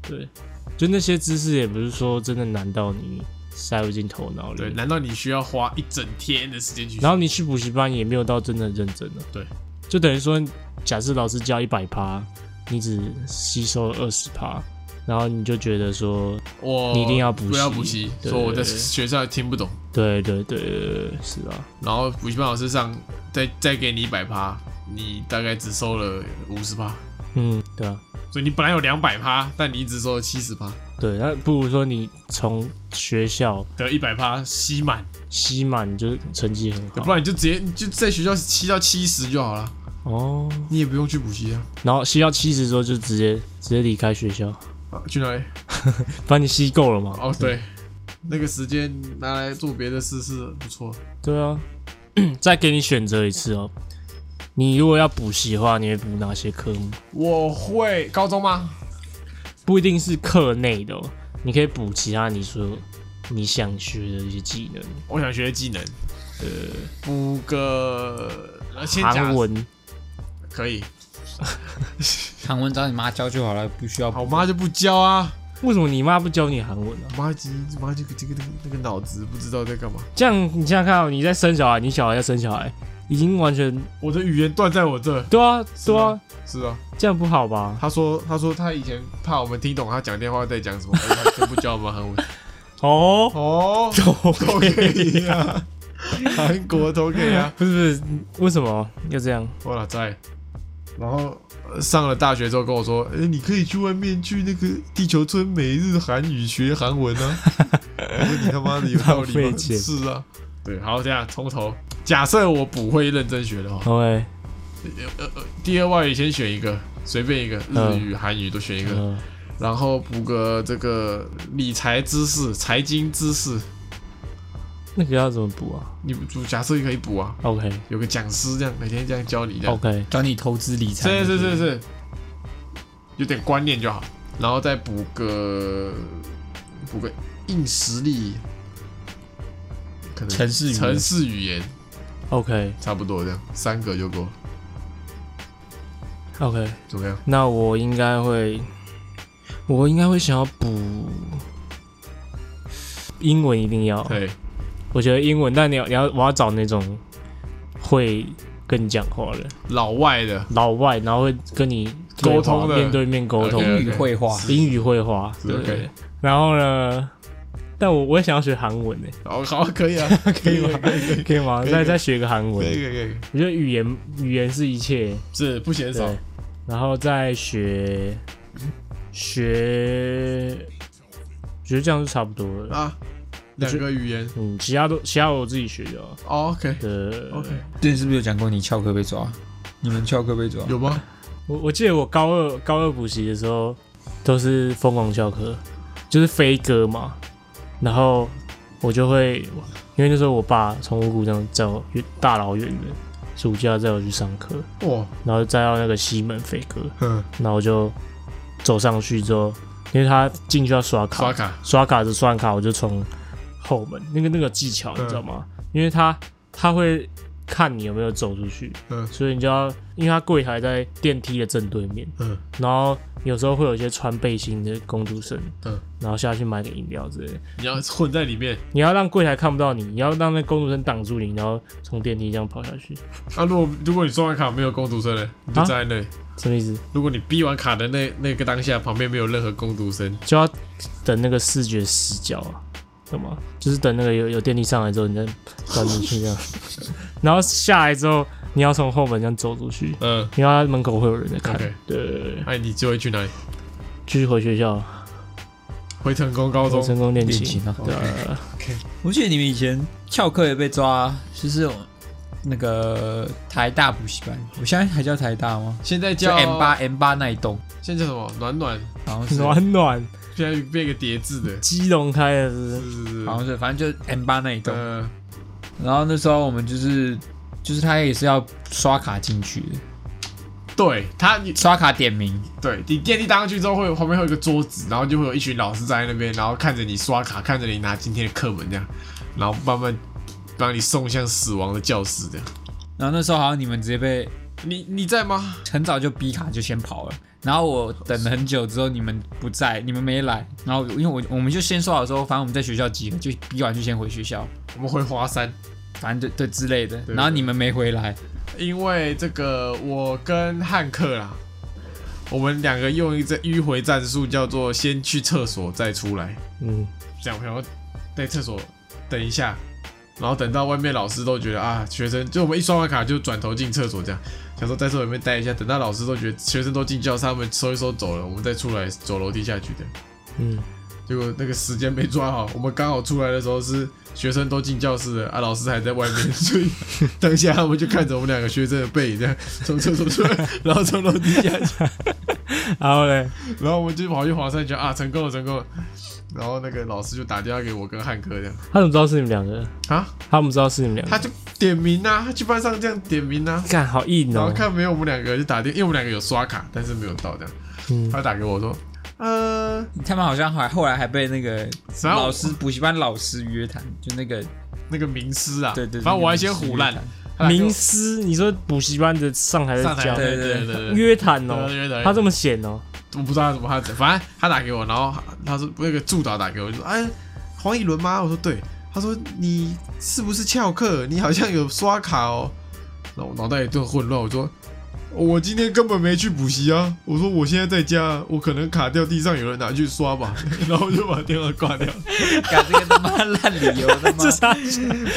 S1: 对，，
S2: 对，啊就那些知识也不是说真的难到你塞不进头脑
S1: 对，
S2: 里，
S1: 难道你需要花一整天的时间去学？
S2: 然后你去补习班也没有到真的认真的，
S1: 对，
S2: 就等于说，假设老师教一百趴，你只吸收了二十趴，然后你就觉得说，
S1: 我
S2: 你一定要补习
S1: 不要补习，
S2: 对
S1: 说我在学校听不懂，
S2: 对对对对对，对是啊。
S1: 然后补习班老师上再再给你一百趴，你大概只收了五十趴，
S2: 嗯，对啊，
S1: 所以你本来有两百趴，但你只收了七十趴，
S2: 对，那不如说你从学校
S1: 得一百趴吸满，
S2: 吸满，就是成绩很
S1: 不
S2: 好
S1: 然你就直接你就在学校吸到七十就好了，
S2: 哦，
S1: 你也不用去补习啊。
S2: 然后吸到七十之后就直接直接离开学校，
S1: 啊去哪里？
S2: 反正你吸够了嘛。
S1: 嗯哦，对，那个时间拿来做别的事是不错。
S2: 对啊， 再给你选择一次哦。你如果要补习的话，你会补哪些科目？
S1: 我会高中吗？
S2: 不一定是课内的、哦，你可以补其他你说你想学的一些技能，
S1: 我想学技能，呃，补个呃先讲
S2: 韩文。
S1: 可以，
S3: 韩文找你妈教就好了，不需要。
S1: 好我妈就不教啊，
S2: 为什么你妈不教你韩文啊呢、
S1: 我妈这我妈这个这个这个那个脑子不知道在干嘛，
S2: 这样你想想看、哦，你在生小孩，你小孩在生小孩，已经完全
S1: 我的语言断在我这，
S2: 对啊对
S1: 吗
S2: 啊，
S1: 是啊，
S2: 这样不好吧？
S1: 她说她说她以前怕我们听懂她讲电话在讲什么，而且她就不教我们韩文。
S2: 哦，
S1: 哦， 都可以啊，韩国都可以啊，
S2: 不是不是，为什么要这样？
S1: 我哪在？然后呃上了大学之后跟我说，哎、你可以去外面去那个地球村每日韩语学韩文啊。 我说你他妈的有道理
S2: 浪
S1: 吗？
S2: 费钱
S1: 是啊，对，好，这样从头。假设我不会认真学的话，
S2: 喂，
S1: 第二外语先选一个，随便一个，日语、韩语都选一个，
S2: 呃，
S1: 然后补个这个理财知识、财经知识，
S2: 那个要怎么补啊
S1: 你不假设也可以补啊。
S2: ？OK
S1: 有个讲师这样每天这样教你这样。
S2: OK，
S3: 教你投资理财，
S1: 是是是是，有点观念就好，然后再补个补个硬实力，可能
S3: 城市语言
S1: 城市语言
S2: OK
S1: 差不多这样，三个就够了，
S2: OK，
S1: 怎么样？
S2: 那我应该会，我应该会想要补英文，一定要。
S1: 可以，
S2: 我觉得英文，但你要你要我要找那种会跟你讲话的
S1: 老外的
S2: 老外，然后会跟你对话
S1: 沟通的
S2: 面对面沟通，
S3: 英语绘画，
S2: 英语绘画，
S1: 是
S2: 对
S1: OK
S2: 对。然后呢，但我我也想要学韩文诶，
S1: 好好可以啊，
S2: 可以吗
S1: 可以可以
S2: 可以吗？
S1: 可以
S2: 再再学个韩
S1: 可
S2: 文，
S1: 以可以可以，
S2: 我觉得语言语言是一切，
S1: 是不嫌少
S2: 对，。然后再学学，我觉得这样就差不多了。
S1: 啊，两个语言
S2: 嗯，其他都其他我自己学的哦。
S1: 哦，OK
S2: 对
S1: OK，
S3: 对，是不是有讲过你翘课被抓？你们翘课被抓？
S1: 有吗？
S2: 我我记得我高二高二补习的时候都是疯狂翘课，就是飞鸽嘛，然后我就会，因为那时候我爸从五谷这样载我去大老远的暑假载我去上课，
S1: 哇，
S2: 然后再到那个西门飞鸽，
S1: 哼，
S2: 然后我就走上去之后，因为他进去要刷卡，
S1: 刷卡
S2: 刷卡的刷完卡，我就从后门那个那个技巧，
S1: 嗯
S2: 你知道吗？因为他他会看你有没有走出去，
S1: 嗯
S2: 所以你就要，因为他柜台在电梯的正对面，
S1: 嗯
S2: 然后有时候会有一些穿背心的工读生，
S1: 嗯，
S2: 然后下去买个饮料之类的，
S1: 你要混在里面，
S2: 你要让柜台看不到你，你要让那工读生挡住你，然后从电梯这样跑下去，
S1: 啊，如果如果你刷完卡没有工读生呢，你就
S2: 啊
S1: 站在那里。
S2: 什么意思？
S1: 如果你逼完卡的那那个当下，旁边没有任何攻读声，
S2: 就要等那个视觉死角啊，懂吗？就是等那个有有电梯上来之后，你再钻进去这 样，然后下来之后，你要从后门这样走出去，
S1: 嗯
S2: 因为他门口会有人在看。
S1: ，OK，
S2: 对对对，对
S1: 哎，你就会去哪里？
S2: 继续回学校，
S1: 回成功高中，
S2: 成功练
S3: 练
S2: 琴
S3: 琴。啊！
S2: 对啊，
S3: 我记得你们以前翘课也被抓，啊就是那个台大补习班，我现在还叫台大吗？
S1: 现在
S3: 就
S1: 叫
S3: M 八 M 八那一栋，
S1: 现在叫什么？暖暖，
S3: 好像是，
S2: 暖暖，
S1: 现在变一个叠字的，
S2: 基隆开的是不是
S1: 是是是，
S3: 好像是，反正就 M 八那一栋。
S1: 呃，
S3: 然后那时候我们就是，就是他也是要刷卡进去的，
S1: 对他，你
S3: 刷卡点名，
S1: 对你电梯搭上去之后，会有旁边会有一个桌子，然后就会有一群老师站在那边，然后看着你刷卡，看着你拿今天的课本这样，然后慢慢把你送向死亡的教室这样。
S3: 然后那时候好像你们直接被
S1: 你你在吗？
S3: 很早就逼卡就先跑了。然后我等了很久之后，你们不在，你们没来。然后因为我我们就先说好说，反正我们在学校集合，就逼完就先回学校，
S1: 我们回华山，
S3: 反正对对之类的。
S1: 对
S3: 然后你们没回来，
S1: 因为这个，我跟汉克啦，我们两个用一只迂回战术，叫做先去厕所再出来。
S2: 嗯，
S1: 这样，朋友在厕所等一下，然后等到外面老师都觉得啊，学生就我们一刷完卡就转头进厕所，这样想说在厕所里面待一下，等到老师都觉得学生都进教室，他们收一收走了，我们再出来走楼梯下去的。
S2: 嗯，
S1: 结果那个时间没抓好，我们刚好出来的时候是学生都进教室了啊，老师还在外面，所以当下他们就看着我们两个学生的背影这样从厕所出来，然后从楼梯下去。
S2: 然后嘞，
S1: 然后我们就跑去华山觉得啊，成功了，成功了。然后那个老师就打电话给我跟汉哥这样
S2: 他怎么知道是你们两个？
S1: 啊，
S2: 他们知道是你们两
S1: 他
S2: 个？
S1: 就点名啊，他去班上这样点名啊，
S2: 干好硬
S1: 然
S2: 哦、
S1: 后看没有我们两个就打电，因为我们两个有刷卡，但是没有到这样，
S2: 嗯
S1: 他打给我说，呃，
S3: 他们好像还后来还被那个
S1: 啥
S3: 老师补习班老师约谈，就那个
S1: 那个名师啊，
S3: 对对，
S1: 反正我还
S3: 那个
S1: 先
S3: 老师
S1: 唬
S3: 约
S1: 烂
S3: 谈，
S1: 他打给我
S2: 名师，你说补习班的上台的
S1: 上台
S2: 教
S1: 对对对对对，
S2: 约谈哦、
S1: 对对对
S2: 他这么闲哦、
S1: 我不知道他怎么他，反正他打给我，然后他说那个助导打给我，就说哎，黄以伦吗？我说对，他说你是不是翘课？你好像有刷卡哦。然后我脑袋一顿混乱，我说我今天根本没去补习啊，我说我现在在家，我可能卡掉地上有人拿去刷吧， 然后我就把电话挂掉。
S3: 干这个他妈烂理由， 他
S2: 这
S3: 妈
S2: 啥？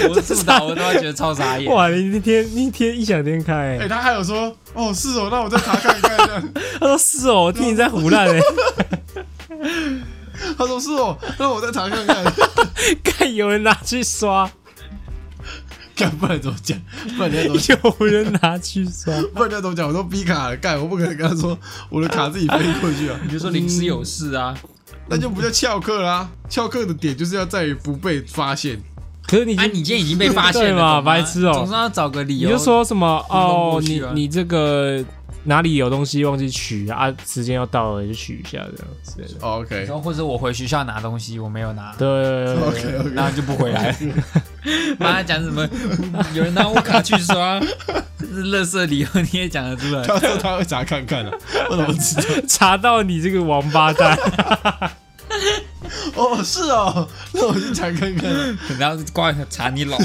S3: 我主导我都要觉得超傻眼。
S2: 哇，你一天你一天异想天开、欸
S1: 哎、他还有说哦是哦，那我再查看一看这样。
S2: 他说是哦、我听你在胡乱 哎、
S1: 他说是哦，那我再查看看。
S2: 看有人拿去刷，
S1: 干不然怎么讲？不然你要怎么讲？
S2: 有人拿去刷，
S1: 不然你要怎么讲？我都逼卡了，干我不可能跟他说我的卡自己飞过去啊。
S3: 你就说临时有事啊，
S1: 那就不叫翘课啦。翘课的点就是要在于不被发现。
S2: 可是你已
S3: 哎，
S2: 经
S3: 你今天已经被发现
S2: 对
S3: 了
S2: 嘛
S3: 懂吗
S2: 白痴哦
S3: 总是要找个理
S2: 你
S3: 由。
S2: 就说什么
S3: 弄
S2: 哦
S3: 过，
S2: 你
S3: 去啊
S2: 你这个哪里有东西忘记取啊，啊时间要到了就取一下这样之类的。
S1: 哦 OK
S3: 然后或者我回学校拿东西，我没有拿，
S2: 对
S1: 哦 OK OK，
S3: 然后就不回来了。妈讲什么？有人拿我卡去刷，这乐色理由你也讲得出来？
S1: 他说他会查看看啊，我怎么知道？
S2: 查到你这个王八蛋，
S1: 哦是哦，那我去查看看啊。
S3: 然后挂查你老，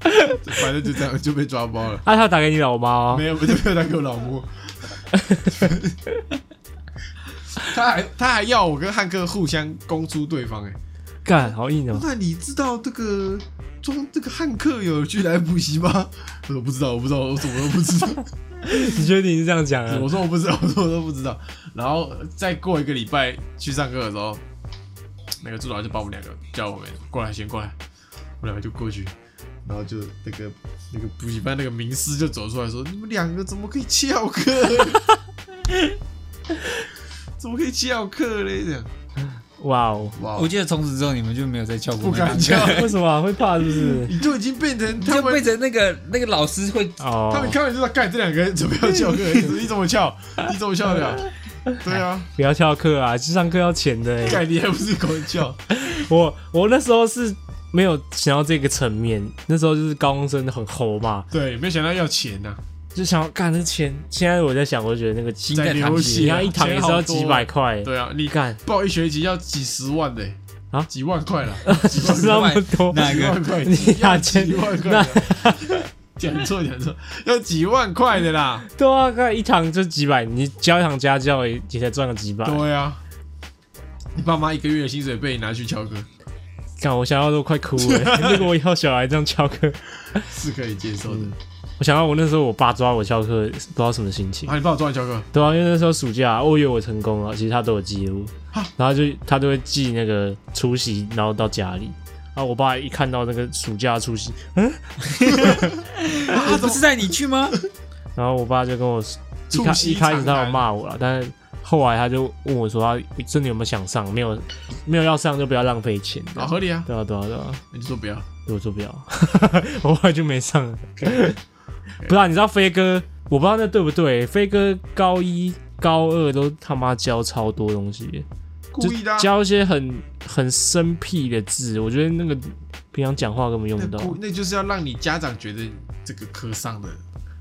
S1: 反正就这样就被抓包了。
S2: 啊，他打给你老妈哦，
S1: 没有，我就没有打给我老婆。 他还他还要我跟汉克互相供出对方哎、
S2: 干好 硬哦，
S1: 那你知道这个装这个汉克有去来补习吗？ 我说不知道，我不知道，我什么都不知 道。
S2: 你确定你是这样讲
S1: 我
S2: 啊？
S1: 说我不知道，我说我都不知道。然后再过一个礼拜去上课的时候，那个助导就把我们两个叫我们过来，先过来，我们两个就过去，然后就那个那个补习班那个名师就走出来说：“你们两个怎么可以翘课？ 怎么可以翘课嘞？”这样，
S2: 哇哦，
S1: 哇，
S3: 我记得从此之后你们就没有再叫
S1: 不
S3: 过我那个
S1: 敢翘，
S2: 为什么啊会怕是不是？
S1: 你就已经变成他
S3: 就
S1: 们
S3: 变成那个那个老师会
S2: 哦
S1: 他，们看完就知道，干这两个人怎么要翘课？你怎么翘？你怎么翘的了？对啊，
S2: 不要翘课啊，去上课要钱的欸。
S1: 干你还不是狗翘？
S2: 我我那时候是没有想到这个层面，那时候就是高中生很猴嘛，
S1: 对，没想到要钱呐、
S2: 就想要干那钱。现在我在想，我觉得那个
S3: 情
S2: 鸡，
S1: 在
S3: 感
S1: 流
S3: 淌
S1: 血啊
S2: 你看
S3: 血，
S2: 一堂也是要几百块，
S1: 对啊，你
S2: 干
S1: 报一学期要几十万的、欸、
S2: 啊
S1: 几万块 了， 几
S2: 就是那么多。
S3: 哪
S1: 几
S3: 个
S1: 万块，
S2: 你
S1: 几
S2: 哪
S1: 万几万块
S2: 那
S1: 的， 讲错讲错，要几万块的 啦。
S2: 对啊，看一堂就几百，你教一堂家教也也才赚个几百。
S1: 对啊，你爸妈一个月的薪水被你拿去翘课，
S2: 看我想要都快哭 了。如果我以后小孩这样翘课，
S1: 是可以接受的。
S2: 我想到我那时候我爸抓我翘课，不知道什么心情。
S1: 啊，你帮我抓来翘课，
S2: 对啊，因为那时候暑假，我以为我成功了，其实他都有记录
S1: 啊，
S2: 然后就他都会寄那个出席，然后到家里。然后我爸一看到那个暑假出席，
S3: 啊，不是带你去吗？
S2: 然后我爸就跟我说一
S1: 促
S2: 开
S1: 膝
S2: 一开始他
S1: 长
S2: 有
S1: 谈
S2: 骂我了，但是后来他就问我说他真的有没有想上，没有没有要上就不要浪费钱。
S1: 啊，合理啊，
S2: 对啊对啊对啊，
S1: 你就说不要。
S2: 我说不要， 我后来就没上了。不知道你知道飞哥，我不知道那对不对，飞哥高一高二都他妈教超多东西的。
S1: 故意的、啊，
S2: 教一些很很生僻的字，我觉得那个平常讲话根本用
S1: 那
S2: 不到。
S1: 故那就是要让你家长觉得这个科上的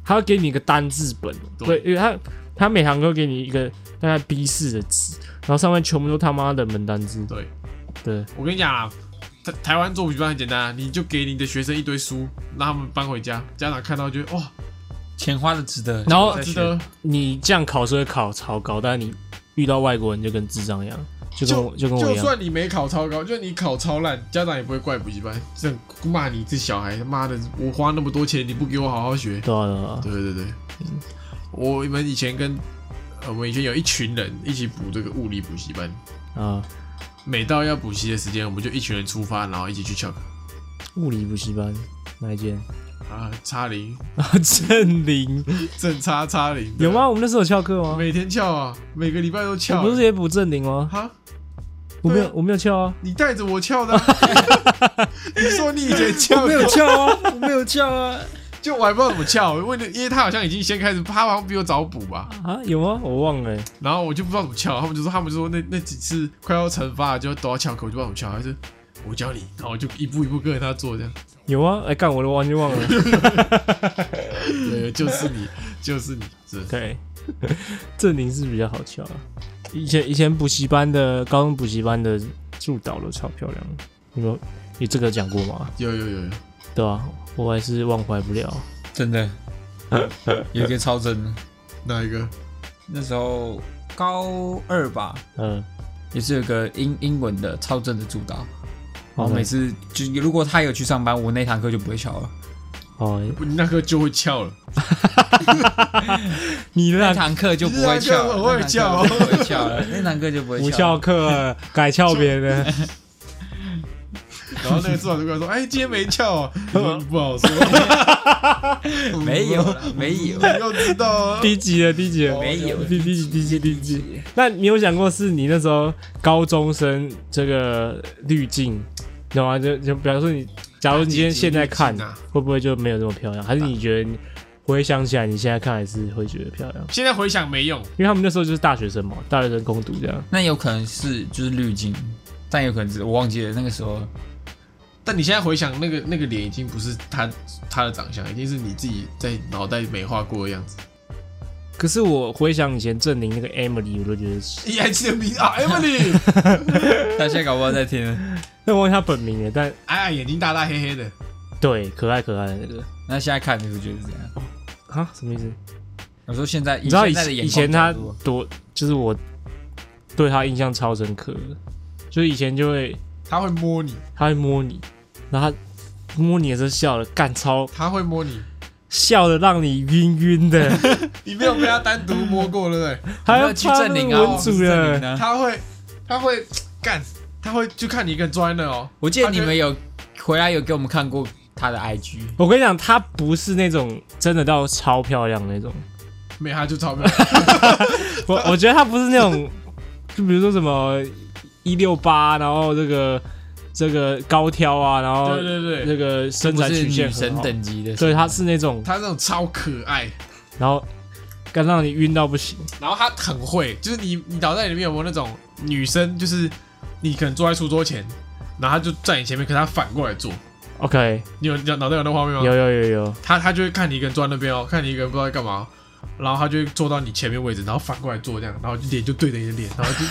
S2: 他会给你一个单字本，
S1: 对
S2: 对，因为他他每堂课给你一个大概 B 四的字，然后上面全部都他妈的冷门单字，
S1: 对。
S2: 对，
S1: 我跟你讲啊，台台湾做补习班很简单啊，你就给你的学生一堆书，让他们搬回家，家长看到就哇，
S3: 钱花的值得，
S2: 然后
S1: 值得。
S2: 你这样考试会考超高，但是你遇到外国人就跟智障一样，就跟我
S1: 就
S2: 就跟我一样，
S1: 算你没考超高，就你考超烂，家长也不会怪补习班，这样骂你这小孩，妈的，我花那么多钱，你不给我好好学。
S2: 对啊对啊，
S1: 对对对，我们以前跟呃我们以前有一群人一起补这个物理补习班，
S2: 对啊，
S1: 每到要补习的时间，我们就一群人出发，然后一起去翘课。
S2: 物理补习班那一间，
S1: 啊，差零
S2: 正零
S1: 正差差零
S2: 有？吗？我们那时候有翘课吗？
S1: 每天翘啊，每个礼拜都
S2: 我
S1: 翘。啊
S2: 不是也补正零吗？
S1: 哈，
S2: 我没
S1: 对
S2: 有
S1: 啊，
S2: 我没有翘啊，
S1: 你带着我翘的啊，你说你以前翘
S3: 我没有翘啊，我没有翘啊。
S1: 就我还不知道怎么翘，我问，因为他好像已经先开始，他好像比我早补吧，
S2: 啊有吗？我忘了欸、
S1: 然后我就不知道怎么翘，他们就说他们就说那那几次快要惩罚了就都要翘课，我就不知道怎么翘，还是我教你，然后我就一步一步跟着他做这样，
S2: 有啊，哎、干我都完全忘了。
S1: 对，就是你，就是你，是
S2: 对， 正零是比较好翘啊。以前以前补习班的高中补习班的助导都超漂亮的，你有你这个讲过吗？
S1: 有有有有，
S2: 对啊，我还是忘怀不了。
S3: 真的，有一个超真的。
S1: 哪一个？
S3: 那时候高二吧，
S2: 嗯，
S3: 也是有个英英文的超正的主导，然后
S2: 哦
S3: 每次就如果他有去上班，我那堂课就不会翘了。
S2: 哦，
S1: 你那个就会翘了，
S2: 你
S3: 那
S2: 那
S3: 堂课就不会翘了，
S1: 那堂课我会翘哦
S3: 那堂课就不会翘 了，那堂课就不
S2: 不
S3: 会翘
S2: 翘
S3: 了。
S2: 课啊改翘别的，
S1: 然后那个助导就跟我说，哎，今天没翘啊，我说不好说，
S3: 没 有啦，没有，
S1: 你嗯 要知道 啊，
S2: 低级了，低级了，
S3: 没有
S2: 低低级，低级，低级。那你有想过是你那时候高中生这个滤镜，你懂吗？就就比方说你，假如你今天现在看
S1: 打击滤镜啊，
S2: 会不会就没有这么漂亮？还是你觉得你回想起来，你现在看还是会觉得漂亮？
S1: 现在回想没用，
S2: 因为他们那时候就是大学生嘛，大学生攻读这样。
S3: 那有可能是就是滤镜，但有可能是我忘记了那个时候。
S1: 但你现在回想那个那个脸已经不是他他的长相，已经是你自己在脑袋美化过的样 子。
S2: 可是我回想以前郑宁那个 Emily，我都觉得是，
S1: 你还记得名字啊，Emily？
S3: 他现在搞不好在听了，
S2: 那我忘记她本名了，但
S1: 矮矮哎眼睛大大黑黑的，对
S2: 对，可爱可爱的那个
S3: 那现在看你会觉得是怎样？
S2: 啊，什么意思？
S3: 我说现在，
S2: 你知道以
S3: 现在的眼
S2: 以
S3: 光
S2: 前他
S3: 角度
S2: 多，就是我对他印象超深刻的，就是以前就会
S1: 他会摸你，
S2: 他会摸你，然后他摸你的时候笑了，干超
S1: 他会摸你，
S2: 笑的让你晕晕 的，
S1: 你没有被他单独摸过，对不对？
S2: 还
S3: 有没
S2: 要
S3: 有去证明 啊，
S2: 文
S3: 我
S2: 主
S3: 是证明
S2: 了，
S3: 呢。
S1: 他会，他会干，他会就看你一个人坐在那哦。
S3: 我记得
S1: 他
S3: 你
S1: 觉得
S3: 们有回来有给我们看过他的 IG，
S2: 我跟你讲，她不是那种真的到超漂亮那种，
S1: 没他就超标，
S2: 我我觉得她不是那种，就比如说什么一六八，然后这个这个高挑啊，然
S3: 哦
S2: 后
S1: 对对对，
S2: 这个身
S3: 不
S2: 材
S3: 是
S2: 曲线
S3: 女
S2: 很
S3: 神
S2: 好，
S3: 等级的，
S2: 对，她是那种
S1: 他那种超可爱，
S2: 然后干让你晕到不行。
S1: 然后他很会，就是你你脑袋里面有没有那种女生，就是你可能坐在书桌前，然后他就站你前面，可是他反过来坐，
S2: OK，
S1: 你有你脑袋有那画面吗？
S3: 哦
S2: 有有有有，
S1: 他他就会看你一个人坐在那边哦，看你一个人不知道在干嘛，然后他就会坐到你前面位置，然后反过来坐这样，然后脸就对着你的脸，然 后就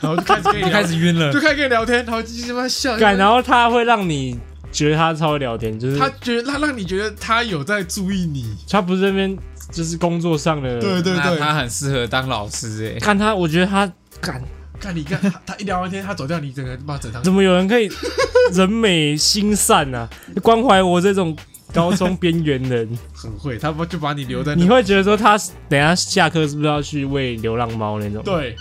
S1: 然后就开始跟你
S3: 就
S1: 聊
S3: 开始晕了
S1: 就。开始跟你聊天，然后就他妈笑，
S2: 干，然后他会让你觉得他超会聊天，就是
S1: 他
S2: 他
S1: 觉得他让你觉得他有在注意你，
S2: 他不是那边就是工作上的，
S1: 对对
S3: 那
S1: 对，
S3: 他很适合当老师哎、
S2: 看他，我觉得他干
S1: 看你看他他一聊完天，他走掉，你整个骂整堂
S2: 怎么有人可以人美心善啊， 关怀我这种。高中边缘 人，
S1: 很会，他不就把你留在
S2: 你
S1: 那。
S2: 会觉得说他等一下下课是不是要去喂流浪猫那种？，
S1: 对，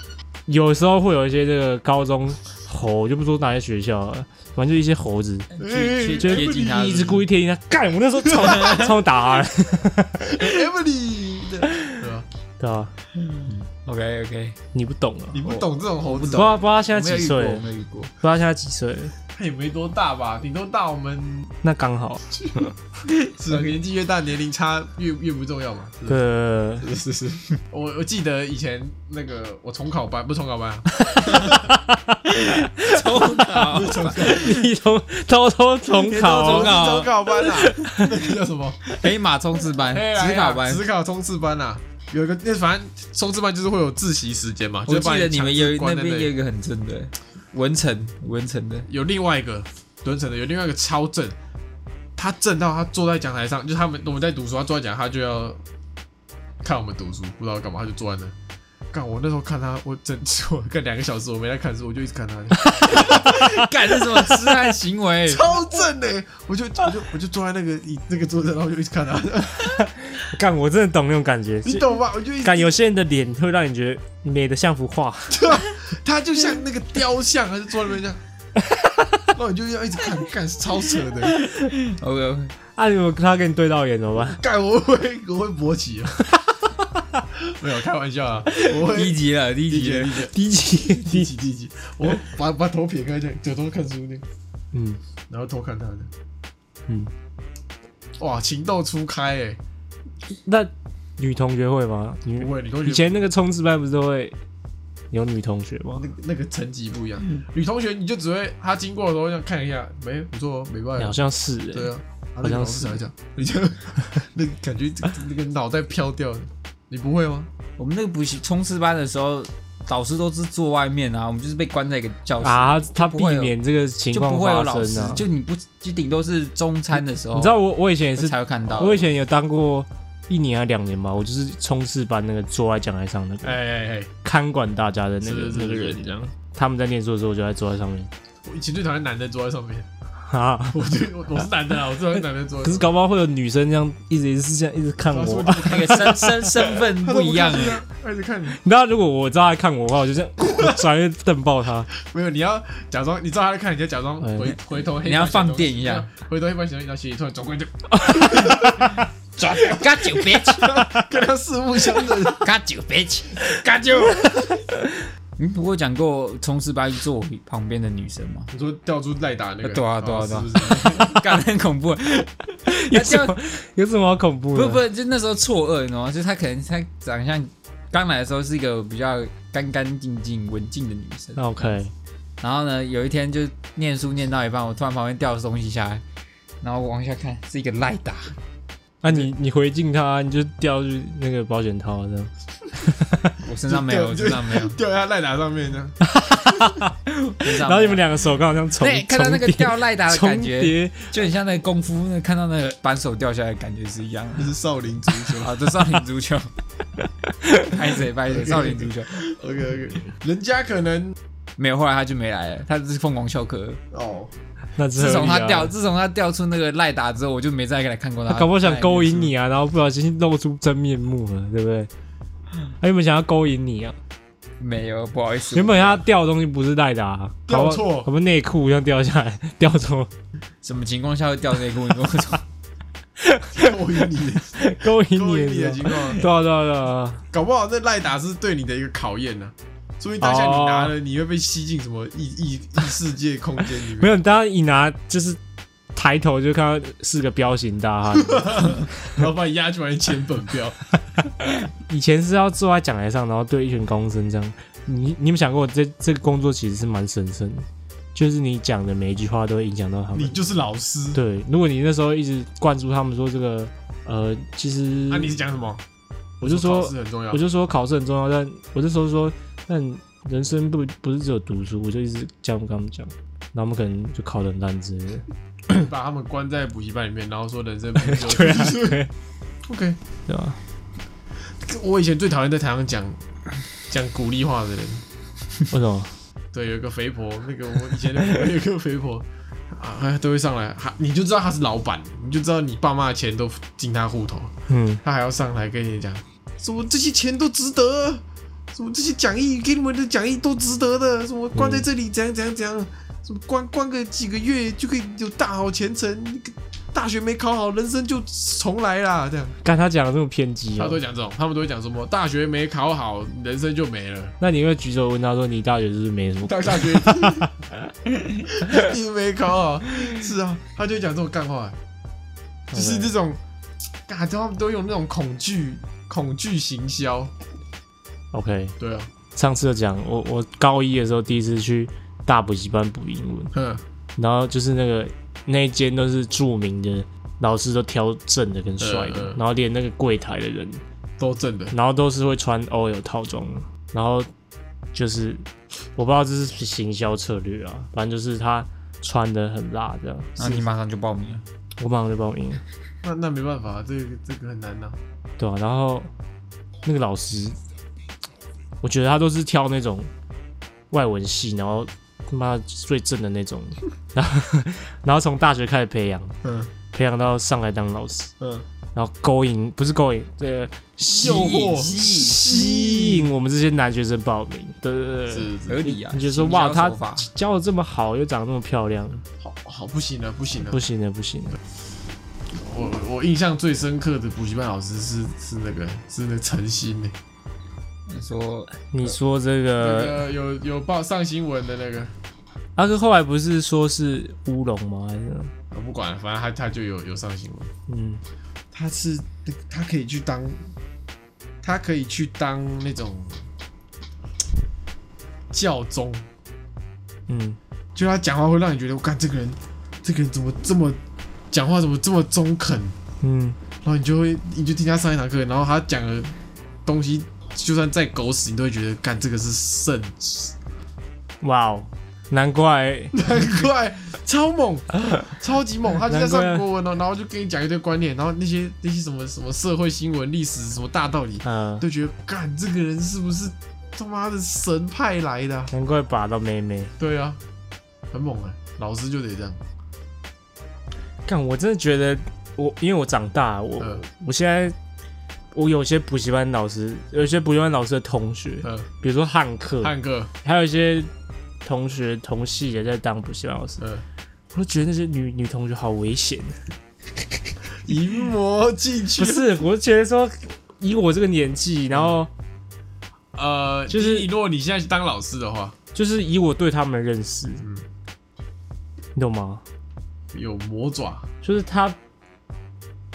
S2: 有时候会有一些这个高中猴，我就不说哪些学校了，反正就一些猴子，
S3: 去去
S2: 就
S1: 哎
S3: 贴近他，
S2: 一直故意贴近他。干，我那时候超 超打他的，
S1: 哎 Emily，对对吧？
S2: 对啊，
S3: OK OK，
S2: 你不懂啊，
S1: 你不懂这种猴
S3: 我不
S1: 子，
S2: 不知
S3: 懂
S2: 道不知道他现
S3: 我
S2: 在
S3: 没有
S2: 几
S3: 遇过，
S2: 岁，
S3: 我
S2: 不
S3: 没有遇过，
S2: 知道他现在几岁，
S1: 哦他也没多大吧？顶多大我们
S2: 那刚好
S1: 是年纪越大，年龄差越越不重要嘛。是不是
S2: 个
S1: 是是是，我我记得以前那个我重考班不是重考班、啊，
S3: 重考，
S2: 你从偷偷重
S3: 重
S2: 考，
S3: 考
S1: 重考班啊，那个叫什么？
S3: 北哎马冲 刺班，
S1: 黑啦
S3: 指考班。
S1: 职考冲刺班啊，有一个那反正冲刺班就是会有自习时间嘛，
S3: 我
S1: 就
S3: 记
S1: 把
S3: 得你
S1: 强
S3: 们有
S1: 制
S3: 那
S1: 关在
S3: 边有
S1: 里
S3: 一个很正的文成，文成的，
S1: 有另外一个蹲城的，有另外一个超正，他正到他坐在讲台上，就是他们我们在读书，他坐在讲台他就要看我们读书，不知道干嘛，他就坐在那。干我那时候看他，我整 我干两个小时我没在看书，我就一直看他。？
S3: 干这是什么痴汉行为
S1: 超正欸的、我就 我就我就坐在那个椅那个桌子，然后我就一直看他，
S2: 干，我真的懂那种感觉。
S1: 你懂吧？我就一直
S2: 干，有些人的脸会让你觉得美得像幅画，
S1: 他就像那个雕像，他就坐在那边这样，然后你就要一直看，干是超扯的，
S3: OK OK，
S2: 啊，如果他跟你对到眼怎么办？
S1: 干我会我会勃起啊， 没有开玩笑啊，我会
S3: 第一集了，第一
S1: 低
S3: 集
S1: 级
S3: 了，
S1: 低级
S2: 第一
S1: 低
S2: 集，
S1: 级低级，我把把头撇开这样，假装看书那样，
S2: 嗯
S1: 然后偷看他的，
S2: 嗯，
S1: 哇，情窦初开哎，
S2: 那女同学会吗？
S1: 不
S2: 女
S1: 会，你同
S2: 以
S1: 学
S2: 前那个冲刺班不是都会有女同学吗
S1: 那？个那个层级不一样，
S2: 嗯
S1: 女同学你就只会她经过的时候这样看一下，没不错哦，没办
S2: 欸
S1: 法
S2: 好，像是欸
S1: 对啊，
S2: 好像是
S1: 来讲，你就 那个感觉那个脑袋飘掉了，你不会吗？
S3: 我们那个补习冲刺班的时候，导师都是坐外面啊，我们就是被关在一个教室，
S2: 啊，他
S3: 不
S2: 避
S3: 会有
S2: 免这个情
S3: 就不
S2: 况
S3: 会有
S2: 发
S3: 老师
S2: 生啊，。
S3: 就你不就顶多是中餐的时候，
S2: 你知道我我以前也是，
S3: 才会看到。
S2: 我以前有当过一年还两年吧，我就是冲刺班那个坐在讲台上那
S1: 哎
S2: 个
S1: 哎哎，
S2: 看管大家的那
S1: 是
S2: 个
S1: 是
S2: 那
S1: 是
S2: 个
S1: 是
S2: 人，
S1: 这样。
S2: 他们在念书的时候，我就在坐在上面。
S1: 我以前最讨厌男的坐在上面，
S2: 哈，
S1: 我最我我是男的啊，我最讨厌男的坐在上面。
S2: 啊可是搞不好会有女生这样一直一直这样一直看
S1: 他说
S2: 我
S1: 你，
S3: 那个身身身份不一样
S1: 他
S3: 欸
S1: 都不看你啊，他一直看你。
S2: 你知道，如果我知道他看我的话，我就这样我转眼瞪爆 他。
S1: 没有，你要假装你知道他在看，你就假装
S2: 哎
S1: 回回头黑板写东西。
S3: 你要放电一下
S1: 对啊，回头黑板写东西，然后写一突然转过来就
S3: 抓 got you bitch，got
S1: 跟他四目相对。
S3: you bitch，got you。你不过讲过冲刺班坐我旁边的女生吗？
S1: 你说掉出赖打那个？哦
S3: 对啊对啊对啊
S1: 是不是
S3: 干很恐怖，
S2: 有什么 有什么好恐怖
S3: 不
S2: 的？
S3: 不，就那时候错愕，你知道吗？就是她可能她长相刚来的时候是一个比较干干净净、文静的女生，
S2: 那 OK，
S3: 然后呢，有一天就念书念到一半，我突然旁边掉了东西下来，然后我往下看是一个赖打，
S2: 那你你回敬他，你就掉去那个保险套这样。
S3: 我身上没有，我
S1: 就
S3: 身上没有，
S1: 掉在他赖打上面这样。
S3: 身
S2: 然
S3: 上
S2: 后
S3: 没
S2: 你
S3: 有
S2: 们两个手刚好像重
S3: 对，看到那个掉赖打的
S2: 重
S3: 感
S2: 叠重
S3: 觉，
S2: 叠，
S3: 就很像那个功夫，那看到那个扳手掉下来的感觉是一样的。
S1: 那是少林足球。
S3: 好，哦这少林足球，拍谁拍谁，少林足球
S1: OK OK，人家可能
S3: 没有，后来他就没来了，他只是疯狂翘课。
S1: 哦，
S2: 那是合
S3: 自从
S2: 理啊
S3: 他掉，自从他掉出那个赖打之后，我就没再来看过他。
S2: 他搞不好想勾引你啊，然后不小心露出真面目了，对不对？他原本想要勾引你啊，
S3: 没有，不好意思，
S2: 原本他掉的东西不是赖的啊，
S1: 掉
S2: 搞不好
S1: 错
S2: 搞不好内裤像掉下来， 掉错，
S3: 什么情况下会掉内裤？你跟 我说，
S1: 勾引你的，
S2: 勾引
S1: 勾
S2: 你
S1: 引
S2: 的
S1: 你
S2: 时
S1: 的情
S2: 候，
S1: 况，
S2: 对啊对啊对啊，
S1: 搞不好那赖打是对你的一个考验呢、说明当下你拿了，你会被吸进什么异异异世界空间里面。
S2: 没有，你当然一拿就是抬头就看到是个彪形 大汉，
S1: 然后把你压去把你签本票，
S2: 以前是要坐在讲台上，然后对一群高中生这样。你你有没有想过，这这个工作其实是蛮神圣的，就是你讲的每一句话都会影响到他
S1: 你
S2: 们。
S1: 就是老师。
S2: 对，如果你那时候一直灌输他们说这个，呃，其实
S1: 那、啊你是讲什么？
S2: 我就说
S1: 考试很重要
S2: 我。就说考试很重要，但我那时候说，但人生不不是只有读书，我就一直这样跟他们讲，然后我们可能就考得很烂之类的。
S1: 把他们关在补习班里面，然后说人生不 是
S2: 对啊，对
S1: OK，
S2: 对吧？
S1: 我以前最讨厌在台上讲讲鼓励话的人。
S2: 为什么？
S1: 对，有一个肥婆，那个我以前的朋友有一个肥婆 啊，哎都会上来，还你就知道他是老板，你就知道你爸妈的钱都进他户头，
S2: 嗯，
S1: 他还要上来跟你讲，什么这些钱都值得啊，什么这些奖励给你们的奖励都值得的，什么关在这里怎样怎样怎样，什么关关个几个月就可以有大好前程，那个大学没考好，人生就重来啦，这样，
S2: 刚他讲的这么偏激
S1: 他
S2: 哦
S1: 都会，讲这种，他们都会讲什么大学没考好，人生就没了。
S2: 那你会举手问他说，你大学是不是没什么？
S1: 当下决定没考好，是啊，他就会讲这种干话，就是这种，嘎，他们都用那种恐惧恐惧行销，
S2: OK。
S1: 对啊，
S2: 上次有讲，我我高一的时候第一次去大补习班补英文，
S1: 哼，
S2: 然后就是那个那一间都是著名的老师都挑正的跟帅的，
S1: 嗯嗯
S2: 然后连那个柜台的人，
S1: 都正的，
S2: 然后都是会穿 OL 套装的，然后就是我不知道这是行销策略啊，反正就是他穿的很辣这样，
S3: 那你马上就报名了。
S2: 我马上就报名了，
S1: 那那没办法，这个这个很难呐、
S2: 对啊，然后那个老师，我觉得他都是挑那种外文系，然 后他妈最正的那种，然后然后从大学开始培养，
S1: 嗯，
S2: 培养到上来当老师，
S1: 嗯，
S2: 然后勾引不是勾引，这个吸
S1: 诱惑
S2: 引吸引我们这些男学生报名，对对对
S1: 是
S3: 合
S1: 是
S3: 理啊。
S2: 你就说哇，
S3: 行销
S2: 她
S3: 手法
S2: 教的这么好，又长得那么漂亮，
S1: 好好不行了，不行了
S2: 不。行了不行了，
S1: 我我印象最深刻的补习班老师是是那个是那陈欸鑫呢，
S3: 你说
S2: 你说这
S1: 那
S2: 个
S1: 个有有报上新闻的那个，
S2: 阿嗯啊哥后来不是说是乌龙吗？还是什么
S1: 我呃不管了，反正他他就有有上新闻。
S2: 嗯
S1: 他是那个他可以去当，他可以去当那种教宗，
S2: 嗯
S1: 就他讲话会让你觉得，我看这个人，这个人怎么这么讲话怎么这么中肯，
S2: 嗯，
S1: 然后你就会你就听他上一堂课，然后他讲的东西就算再狗屎，你都会觉得，干这个是圣旨，
S2: 哇哦，难怪
S1: 难怪超 猛，超级猛，他就在上
S2: 难怪啊
S1: 国文哦，然后就跟你讲一堆观念，然后那些那些什么什么社会新闻、历史什么大道理，
S2: 呃，
S1: 都觉得干这个人是不是他妈的神派来的啊、
S2: 难怪把到妹妹。
S1: 对啊，很猛啊、老师就得这样。
S2: 干，我真的觉得我，因为我长大，我、
S1: 嗯
S2: 我现在我有些补习班老师，有些补习班老师的同学，
S1: 嗯，
S2: 比如说汉克，
S1: 汉 哥，
S2: 还有一些同学同系也在当补习班老师，
S1: 嗯，
S2: 我都觉得那些女女同学好危险。
S1: 淫魔进去
S2: 不，是，我就觉得说，以我这个年纪，然后
S1: 呃，
S2: 就是
S1: 你如果你现在去当老师的话，
S2: 就是以我对他们的认识，
S1: 嗯
S2: 你懂吗？
S1: 有魔爪，
S2: 就是他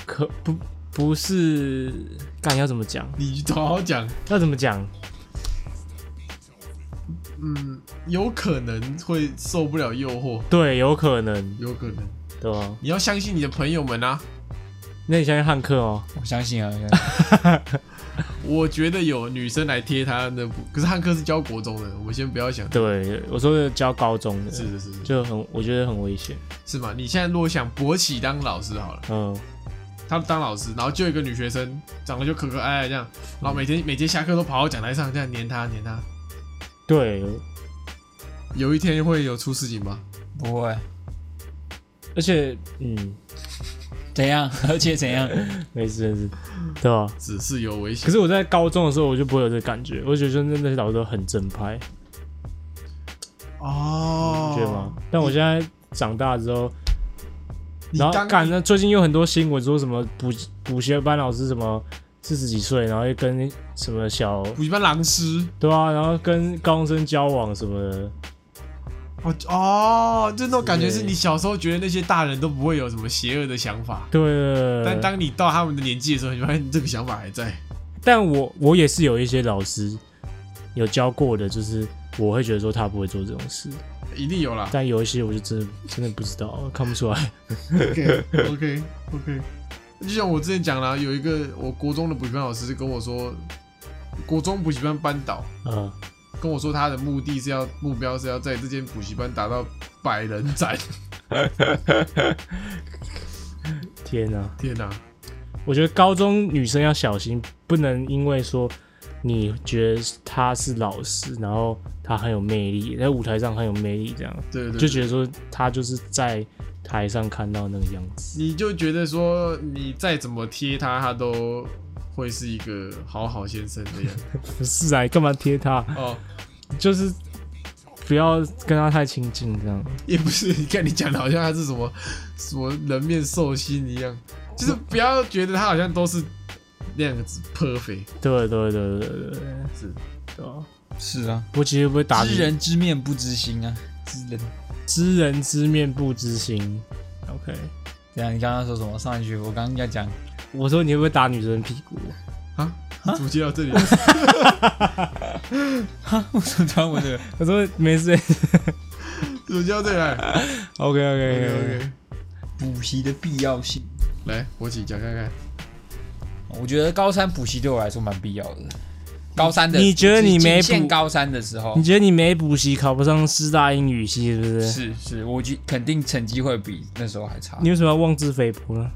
S2: 可不不是，干要怎么讲？
S1: 你好好讲，
S2: 要怎么讲？
S1: 嗯，有可能会受不了诱惑，
S2: 对，有可能，
S1: 有可能，
S2: 对吧？
S1: 你要相信你的朋友们啊。
S2: 那你相信汉克哦？
S3: 我相信啊，我相信
S1: 我觉得有女生来贴他的，可是汉克是教国中的，我们先不要想，
S2: 对，我说的教高中的，
S1: 是是是是
S2: 就很我觉得很危险。
S1: 是吗？你现在如果想勃起当老师好了。
S2: 嗯，
S1: 他当老师，然后就有一个女学生，长得就可可爱爱这样，然后每天每天下课都跑到讲台上这样黏他黏他，
S2: 对，
S1: 有一天会有出事情吗？
S3: 不会
S2: 而且嗯，
S3: 怎样， 而且怎样，
S2: 没事没事，对吧？
S1: 只是有危
S2: 可
S1: 险。
S2: 是我在高中的时候，我就不会有这个感觉，我就觉得那那些老师都很正派，
S1: 哦
S2: 你觉得吗？？但我现在长大之后，
S1: 你
S2: 然后
S1: 当
S2: 干那最近有很多新闻说什么补补习班老师什么四十几岁，然后又跟什么小
S1: 补习班狼师
S2: 对啊，然后跟高中生交往什么的，
S1: 哦哦，就那种感觉
S2: 对
S1: 是你小时候觉得那些大人都不会有什么邪恶的想法，
S2: 对对对。对
S1: 但当你到他们的年纪的时候，你发现这个想法还在。
S2: 但我我也是有一些老师有教过的，就是我会觉得说他不会做这种事，
S1: 一定有啦
S2: 但有一些我就真的真的不知道，看不出来。
S1: ，OK OK OK，就像我之前讲啦，有一个我国中的补习班老师跟我说，国中补习班班导，
S2: 嗯，
S1: 跟我说他的目的是要目标是要在这间补习班达到百人斩。
S2: 天哪、
S1: 天哪、
S2: 我觉得高中女生要小心，不能因为说你觉得她是老师，然后她很有魅力，在舞台上很有魅力，这样
S1: 对对对，
S2: 就觉得说她就是在台上看到那个样子。
S1: 你就觉得说你再怎么贴他，他都会是一个好好先生这 样。
S2: 不是啊，你干嘛贴她？
S1: 哦，
S2: 就是不要跟她太亲近，这样。
S1: 也不是，你看你讲的好像他是什么什么人面兽心一样，就是不要觉得他好像都是那样子 perfect。
S2: 对对对对对对，
S1: 是，
S2: 对啊。
S3: 是啊，
S2: 我其实不会打你
S3: 知人知面不知心啊，知人。
S2: 知人知面不知心。OK，
S3: 怎样？你刚刚说什么？上一句我刚刚要讲，
S2: 我说你会不会打女生屁股？啊
S1: 怎么接到这里？
S3: 为什么突 然我这个？
S2: 我说没事。
S1: 怎么接到这里来
S2: OK OK
S1: ？OK OK，
S3: 补习的必要性。
S1: 来，我起讲看看。
S3: 我觉得高三补习对我来说蛮必要的。高三的，
S2: 你觉得你没
S3: 仅限
S2: 补
S3: 高三的时候
S2: 你觉得你没补习考不上师大英语系是不是？
S3: 是啊是，我觉肯定成绩会比那时候还差
S2: 你，为什么要妄自菲薄呢？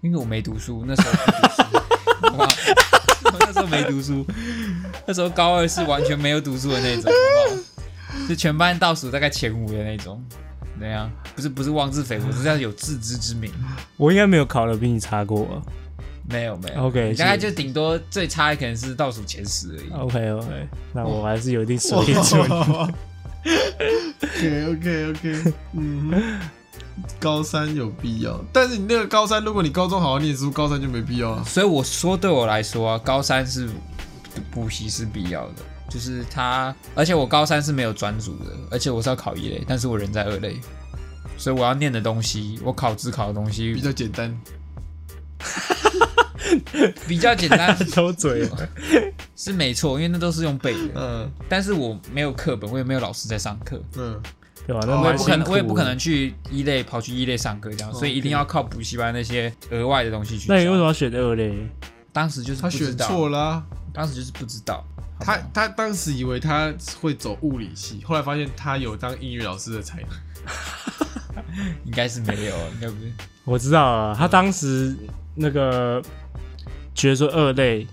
S3: 因为我没读书，那时候不读书，好 不好我那时候没读书，那时候高二是完全没有读书的那种，好不好？是全班倒数大概前五的那种，怎样？不是不是妄自 菲薄，只是要有自知之明。
S2: 我应该没有考的比你差过吧
S3: 没有没有
S2: OK，
S3: 你大概
S2: 是
S3: 就顶多最差可能是倒数前十而已。
S2: ？OK OK，那我还是有一定水准。
S1: OK OK OK，嗯哼，高三有必要，但是你那个高三，如果你高中好好念书，高三就没必要啊了。
S3: 所以我说，对我来说啊，高三是补习是必要的，就是它，而且我高三是没有专组的，而且我是要考一类，但是我人在二类，所以我要念的东西，我考自考的东
S1: 比
S3: 西
S1: 较简单，
S3: 比较简单
S2: 抽嘴了，
S3: 是没错，因为那都是用背的，
S1: 嗯
S3: 但是我没有课本，我也没有老师在上课，
S1: 嗯，
S2: 对吧？
S1: 哦
S2: 那
S3: 我也
S2: 蛮
S3: 不
S2: 辛
S3: 可
S2: 苦
S3: 能，
S2: 的
S3: 我也不可。能去一类跑去一类上课这样，所以一定要靠补习班那些额外的东西去教。
S2: 那你为什么要选二类？
S3: 当时就是
S1: 他
S3: 不知
S1: 选
S3: 道
S1: 错了啊、
S3: 当时就是不知道，好不
S1: 他
S3: 好
S1: 他当时以为他会走物理系，后来发现他有当英语老师的才 能。
S3: 应该是没有，应该不是。
S2: 我知道啊，他当时那个觉得说二类，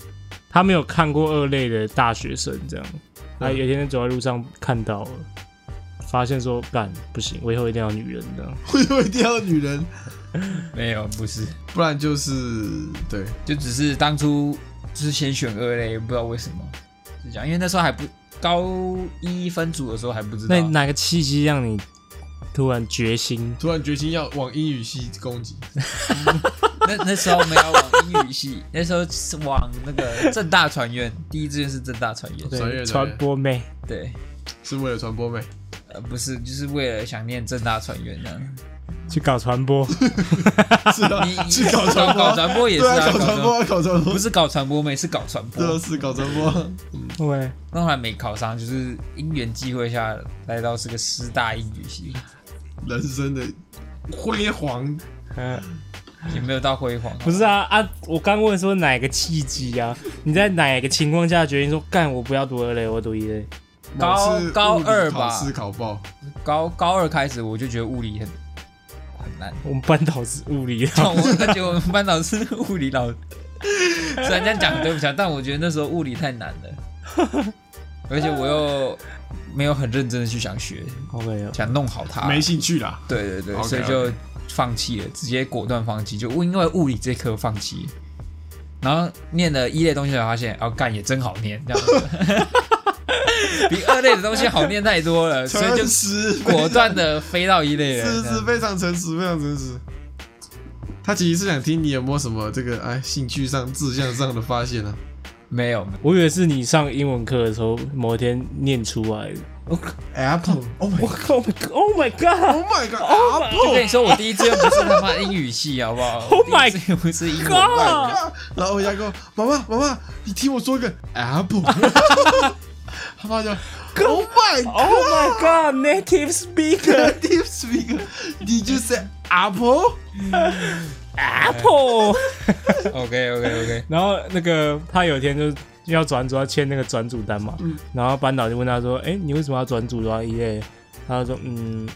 S2: 他没有看过二类的大学生这样，他有一天走在路上看到了，发现说干不行，我以后一定要女人这样。
S1: 会不会一定要女人？
S3: 没有，不是，
S1: 不然就是对，
S3: 就只是当初就是先选二类，不知道为什么是这样，因为那时候还不高一分组的时候还不知道
S2: 那，哪个契机让你突然决心？
S1: 突然决心要往英语系攻击。
S3: 那那时候没有往英语系，那时候是往那个正大传院，第一志愿是正大传院，
S1: 对穿越的
S2: 传播妹，
S3: 对，
S1: 是为了传 播妹，
S3: 呃，不是，就是为了想念正大传院 这样。
S2: 去搞传 播，
S1: 是啊
S3: 你，你
S1: 去搞传播
S3: 搞
S1: 啊，
S3: 传播也是
S1: 对啊，搞
S3: 传
S1: 传播，啊，搞传播
S3: 不，是搞传播妹，是搞传播
S1: 对。啊，是搞传播。
S2: 对，
S3: 那后来没考上，就是因缘际会下来到这个师大英语系，
S1: 人生的辉煌，
S2: 嗯，
S3: 也没有到辉煌。
S2: 不是啊啊！我刚问说哪个契机啊？你在哪个情况下决定说干我不要读二类，我读一类？
S3: 高
S1: 某次
S3: 高
S1: 物理
S3: 二
S1: 考
S3: 吧
S1: 试考爆，
S3: 高高二开始，我就觉得物理很很难。
S2: 我们班导是物理啊，
S3: 我而且我们班导是物理老师，虽然这样讲对不起啊，但我觉得那时候物理太难了，而且我又没有很认真的去想学，
S2: 好累哦。
S3: 想弄好它。
S1: 没兴趣啦。
S3: 对对对
S1: OK，
S3: 所以就放弃了，直接果断放弃，就因为物理这科放弃。然后念了一类东西才发现，哦，干也真好念，这样子比二类的东西好念太多了，所以就
S1: 诚实，
S3: 果断的飞到一类了。
S1: 是
S3: 这样
S1: 是非常诚实，非常诚实。他其实是想听你有没有什么这个哎兴趣上、志向上的发现 啊？
S3: 没有，没有
S2: 我以为是你上英文课的时候某天念出来的。
S3: 哎
S1: Apple，Oh my
S2: 我靠！Oh my god！Oh
S1: Oh my
S3: 我跟
S1: God，Apple，
S3: 你说，我第一志愿不是他妈英语系，好不好
S2: Oh my
S3: 我第一志愿不是英
S2: my
S3: 文，
S2: god！
S1: 然后我牙膏，妈妈妈妈，你听我说个 Apple，他妈就 Oh my
S2: Oh my god！Native speaker
S1: God，Deep Speaker，Did you say Apple？
S2: Apple。
S3: OK OK OK，
S2: 然后那个他有一天就是要转组，要签那个转组单嘛。然后班导就问他说：“哎、你为什么要转组啊？”一类，他就说：“嗯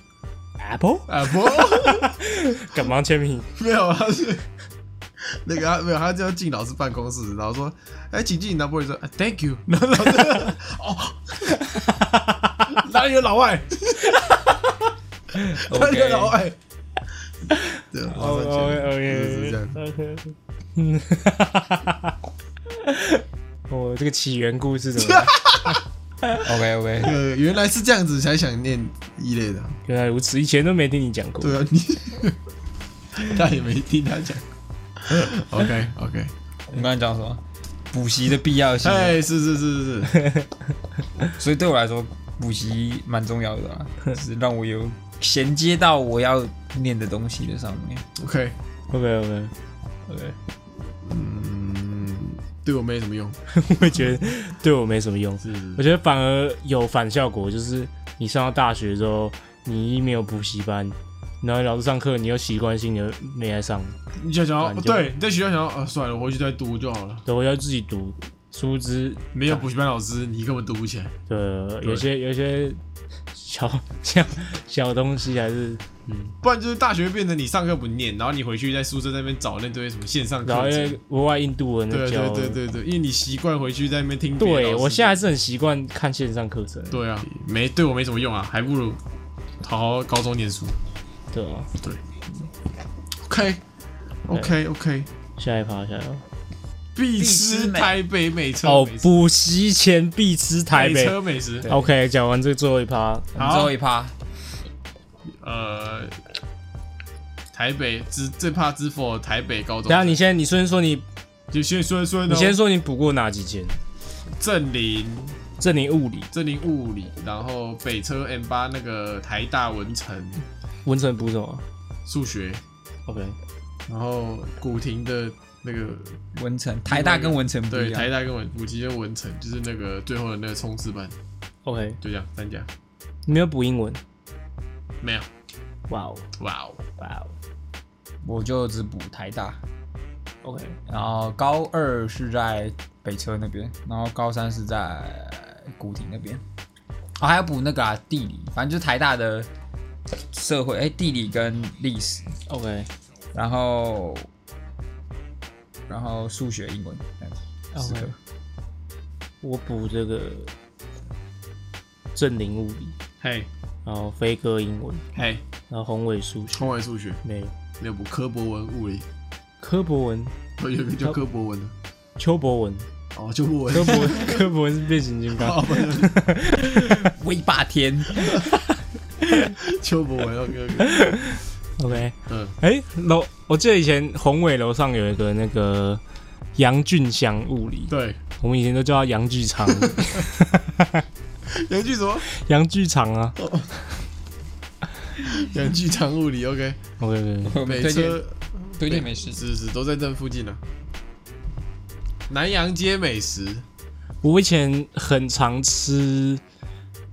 S2: ，Apple，
S1: Apple
S2: 赶忙签名。
S1: 没有，他是那个他没有，他就要进老师办公室，然后说，哎，请进，然后不会说、啊、Thank you，然后老师哦，哪里有老外？哪里有老外？对，老
S2: 哦
S1: 师
S2: ，OK，OK，OK
S1: 就是这样。
S2: OK，嗯，我这个起源故事怎么来？
S3: OK OK，
S1: 呃，原来是这样子才想念一类的，
S2: 原来如此，以前都没听你讲过。
S1: 对啊，你他也没听他讲。OK OK，
S3: 我们刚才讲什么？补习的必要性，
S1: 哎，是是是是是，
S3: 所以对我来说，补习蛮重要的、啊，就是让我有衔接到我要念的东西的上面。
S1: OK，
S2: OK，OK，
S1: 嗯，对我没什么用，
S2: 我也觉得对我没什么用。
S1: 是是
S2: 我觉得反而有反效果，就是你上到大学之后，你一没有补习班，然后老师上课，你又习惯性的没来上，
S1: 你就想要
S2: 啊你就
S1: 对你在学校想要啊，算了，我回去再读就好了。
S2: 对，我要自己读，殊不知，
S1: 没有补习班老师，你根本读不起来。
S2: 呃，有些有些小小小东西还是，
S1: 不然就是大学变成你上课不念，然后你回去在宿舍那边找那堆什么线上
S2: 然后
S1: 课
S2: 因
S1: 程
S2: 为。国外印度文的
S1: 对
S2: 教
S1: 对，对对对，因为你习惯回去在那边听别的老师。
S2: 对我现在还是很习惯看线上课程，
S1: 对啊，没对我没什么用啊，还不如好好高中念书。
S2: 对啊，
S1: OK OK OK，
S2: 下一趴，下一趴。
S1: 必
S3: 吃
S1: 吃
S3: 美
S1: 台北美车
S2: 哦
S1: 美，食
S2: 补习前必吃台
S1: 美
S2: 北。
S1: 车美食，
S2: OK，讲完这最后一趴，
S3: 我们最后一趴，
S1: 呃，台北之最怕知否台北高中
S2: 等一下你先，你先说你，
S1: 就先说说呢，
S2: 你先说你补过哪几间？
S1: 正林
S2: 这里物理、
S1: 正林物理，然后北车 M 八那个台大文成
S2: 文成补什么
S1: 数学，
S2: ？OK，
S1: 然后古亭的那个
S3: 文成台大跟文成不
S1: 对
S3: 一样
S1: 台，大跟文古亭跟文成就是那个最后的那个冲刺班，
S2: OK，
S1: 就这样三家
S2: 你没有补英文。
S1: 没有，
S2: 哇哦，
S1: 哇哦，
S2: 哇
S3: 我就只补台大，
S2: 哦，OK，
S3: 然后高二是在北车那边，然后高三是在古亭那边，啊、还要补那个啊地理，反正就是台大的社会，哎、地理跟历史，
S2: OK，
S3: 然后然后数学、英文这样子。四
S2: OK
S3: 科
S2: 我补这个正林物理，
S1: 嘿
S2: 然后飞哥英文，
S1: 嘿，
S2: 然后宏伟数学
S1: 通完数学
S2: 没有，
S1: 没有补科博文物理，
S2: 柯博文、
S1: 有一个叫科博文的，
S2: 邱博 文、
S1: 哦，就不文
S2: 柯博文、柯博文是变形金刚。
S1: 哦，不是
S3: 威霸 天，
S1: 邱博文要哥哥，
S2: OK，
S1: 嗯，
S2: 哎、楼，我记得以前宏伟楼上有一个那个杨俊祥物理，
S1: 对，
S2: 我们以前都叫他杨剧 场，
S1: 杨剧什么？
S2: 杨剧场啊。
S1: 杨剧场物理，OK，
S2: OK OK，
S3: 我们
S1: 北
S3: 推荐
S1: 车
S3: 推荐美食，
S1: 是是都在这附近呢、啊南洋街美食，
S2: 我以前很常吃，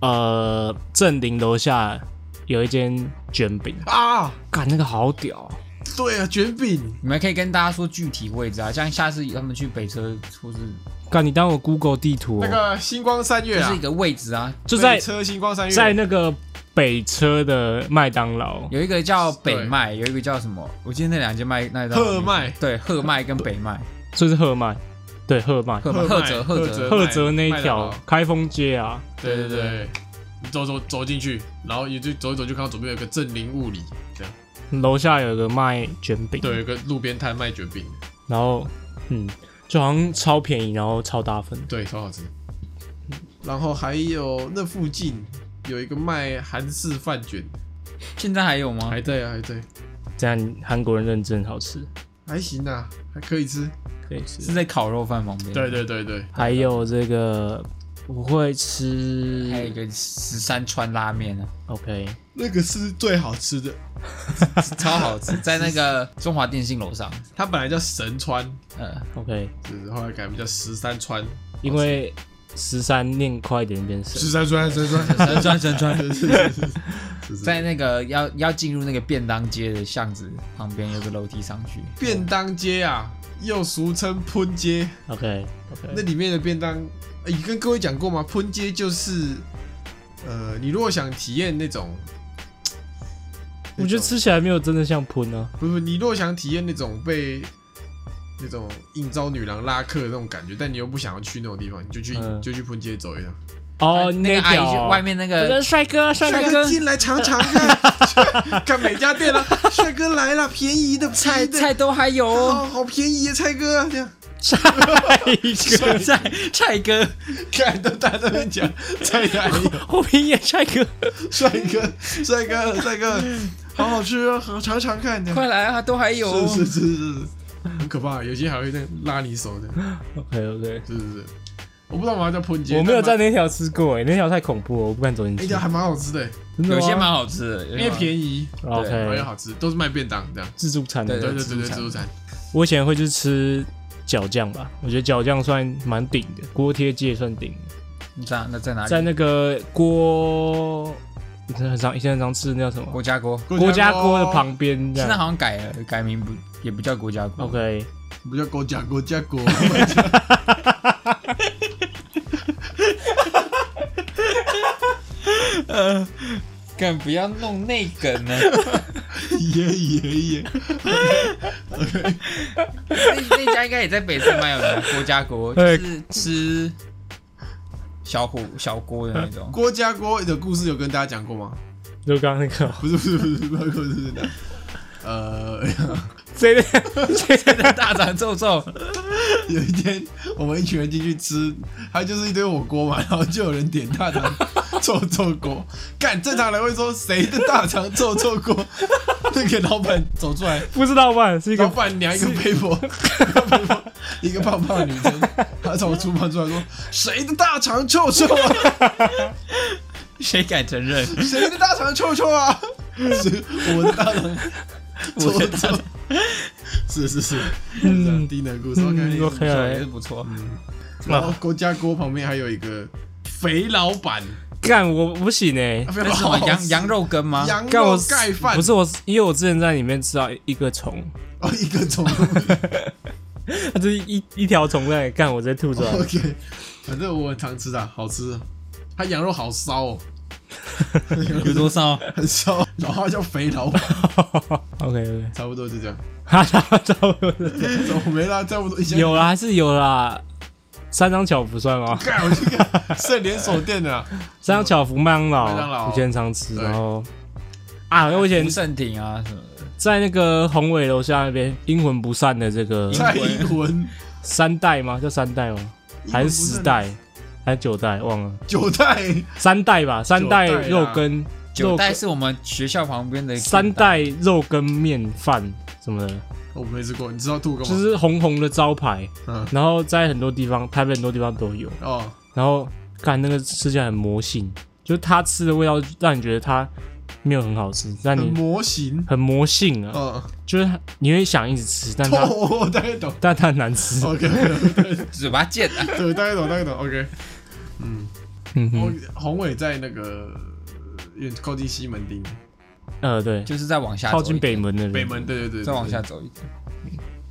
S2: 呃，正林楼下有一间卷饼，
S1: 啊，
S2: 干那个好屌啊、
S1: 对啊，卷饼，
S3: 你们可以跟大家说具体位置啊，像下次他们去北车或是
S2: 干你当我 Google 地图、哦，
S1: 那个星光三月
S3: 就
S1: 啊
S3: 是一，个位置啊，
S2: 就在
S1: 北车星光三月，
S2: 在那个北车的麦当劳，
S3: 有一个叫北
S1: 对
S3: 麦，有一个叫什么？我记得那两间麦那一道
S1: 赫麦
S3: 对，赫麦跟北麦，
S2: 这是赫麦，对赫麦，
S3: 赫
S1: 赫
S3: 赫
S1: 麦
S3: 哲
S1: 赫
S3: 赫
S1: 哲
S3: 哲，
S2: 赫哲那一
S1: 麦当
S2: 条
S1: 劳
S2: 开封街啊，
S1: 对对
S3: 嗯
S1: 对，你走走走进去，然后也就走一走就看到左边有个正林物理，这样，
S2: 楼下有个卖卷饼，
S1: 对，有个路边摊卖卷饼的，
S2: 然后嗯，就好像超便宜，然后超大份。
S1: 对，超好吃。然后还有那附近有一个卖韩式饭卷，
S3: 现在还有吗？
S1: 还在啊，还在，
S2: 这样韩国人认真好吃，
S1: 还行啊，还可以吃。
S2: 可以
S3: 是
S2: 吃。
S3: 在烤肉饭旁边。
S1: 对，对对对，
S2: 还有这个我会吃
S3: 还有一个十三川拉面啊，
S2: ，OK，
S1: 那个是最好吃的。
S3: 超 好吃，在那个中华电信楼上。
S1: 它本来叫神川，
S3: 呃，
S2: OK，
S1: 就是后来改名叫十三川。
S2: 因为十三念快一点变
S1: 十
S2: 神，
S1: 三川，十三川，
S3: 神川神 川，
S1: 是是是是是是
S3: 在那个要要进入那个便当街的巷子旁边有个楼梯上去。
S1: 便当街啊，又俗称喷街。
S2: OK
S1: 那
S2: OK，
S1: 里面的便当，呃也跟各位讲过吗？喷街就是，呃，你如果想体验那种，
S2: 我觉得吃起来没有真的像喷啊，
S1: 不是，你若想体验那种被那种应招女郎拉客的那种感觉，但你又不想要去那种地方，你就去、
S2: 嗯
S1: 就去喷街走一趟。
S2: 哦，
S3: 啊那个阿姨就
S2: 条
S3: 外面那
S2: 我
S3: 个
S2: 的帅哥帅
S1: 帅
S2: 哥
S1: 哥，进来
S3: 呃
S1: 尝尝看， 看每家店了、帅哥来了，便宜的
S3: 菜
S1: 菜的，
S3: 菜都还有哦，
S1: 哦，好便宜啊，蔡哥啊，这样。
S2: 帅哥，
S3: 菜菜哥
S1: 看都大家都在讲，蔡哥还有
S2: 后面也帅哥，
S1: 帅哥，帅哥，帅哥，好好吃啊，好尝尝看的。
S3: 快来啊，都还有哦。
S1: 是是是是是，很可怕，有些还会那样拉你手的，
S2: OK OK，
S1: 是是是。我不知道我要叫喷街，
S2: 我没有在
S1: 但蛮，
S2: 那条吃过哎，那条太恐怖了，我不敢走进
S3: 哎
S1: 那
S2: 去
S1: 家。
S3: 啊
S1: 还蛮好吃的，
S2: 真的
S3: 有
S2: 吗
S3: 些蛮好吃的，
S1: 因
S2: 啊
S3: 因
S1: 为便宜，然后又
S2: 哦 OK，
S1: 好吃，都是卖便当这样。
S2: 哎自助餐的
S3: 对
S1: 对对对对，自助餐，
S2: 我以前会去吃饺酱吧，我觉得饺酱算蛮顶的，锅贴街算顶的，
S3: 你在那在哪里？
S2: 在那个锅，以前很常以前很常吃的那叫什么
S3: 国家锅，
S2: 郭家锅的旁边这
S3: 现在
S2: 样。
S3: 好像改了，改名不也不叫国家锅。
S2: OK，
S1: 不叫国家国家锅，
S3: 干不要弄内梗呢，
S1: 耶耶耶！
S3: 那那家应该也在北市蛮有名的，国家锅就是吃小火小锅的那 种。
S1: 郭家锅的故事有跟大家讲过吗？
S2: 就刚刚那个
S1: 不是不是不是不是不是不是的，呃，
S2: 谁的？
S3: 大肠臭臭，
S1: 有一天我们一群人进去吃，它就是一堆火锅嘛，然后就有人点大肠臭臭锅。干，正常人会说谁的大肠臭臭锅？那个老板走出来，
S2: 不知道吧？是一
S1: 老
S2: 个
S1: 板娘一个背婆，一个背婆，一个胖胖的女生，她从厨房出来说：“谁的大肠臭臭啊？
S3: 谁敢承认？
S1: 谁的大肠臭臭啊？谁 我的大肠臭
S3: 我的大
S1: 臭？是是是，是这样低能故事。
S2: 嗯
S1: OK，
S2: ，OK
S3: 也
S2: 啊
S3: 是，不错。
S1: 然后郭家锅旁边还有一个肥老板，
S2: 干我我不行哎、
S1: 啊肥
S3: 那
S1: 老
S3: 是什么
S1: 板好好
S3: 羊
S1: 吃
S3: 羊肉羹吗？
S1: 羊
S2: 干我
S1: 肉盖饭
S2: 不，是我，因为我之前在里面吃到一个虫，
S1: 哦，一个虫。
S2: 它就是一一条虫在干，我直接吐出来。
S1: OK，反正我很常吃的，好吃。它羊肉好骚 哦，
S3: 有多少？
S1: 很骚，然后它叫肥老 板，
S2: OK OK，
S1: 差不多就这样。
S2: 哈哈，差不多是这样
S1: 走没啦，差不多。以前
S2: 有啦，还是有啦。三张巧福算吗？
S1: 干，我去看是连锁店 的啊，
S2: 三张巧福麦当
S1: 麦当劳
S2: 劳，以前常吃，
S1: 对
S2: 然后啊，我以前
S3: 吴胜挺啊什么的，
S2: 在那个宏伟楼下那边，阴魂不散的这个
S1: 蔡英文
S2: 三代吗？叫三代吗？还是十代？还是九代？忘了，
S1: 九代
S2: 三代吧，三代
S1: 九代啦
S2: 肉羹，
S3: 九
S2: 肉
S3: 代
S2: 羹
S3: 是我们学校旁边的一个
S2: 三代肉羹面饭什么的，
S1: 我没吃过，你知道兔干
S2: 就
S1: 嘛？
S2: 是红红的招牌，
S1: 嗯，
S2: 然后在很多地方，台北很多地方都有。
S1: 哦，
S2: 然后看那个吃起来很魔性，就是它吃的味道让你觉得它没有很好吃，但
S1: 很
S2: 你
S1: 模型，
S2: 很魔性啊，
S1: 嗯，
S2: 就是它你会想一直吃，但它
S1: 哦，我大概懂。
S2: 但它很难吃。
S1: OK，对，
S3: 嘴巴贱啊，
S1: 对大概懂，大概懂。OK，嗯，
S2: 嗯
S1: 我
S2: 哼，
S1: 宏伟在那个呃有点靠近西门町
S2: 呃，对，
S3: 就是再往下走
S2: 靠
S3: 一
S2: 近
S3: 点
S2: 北，门那边。
S1: 北门，对对对，
S3: 再往
S1: 对
S3: 下，走一点。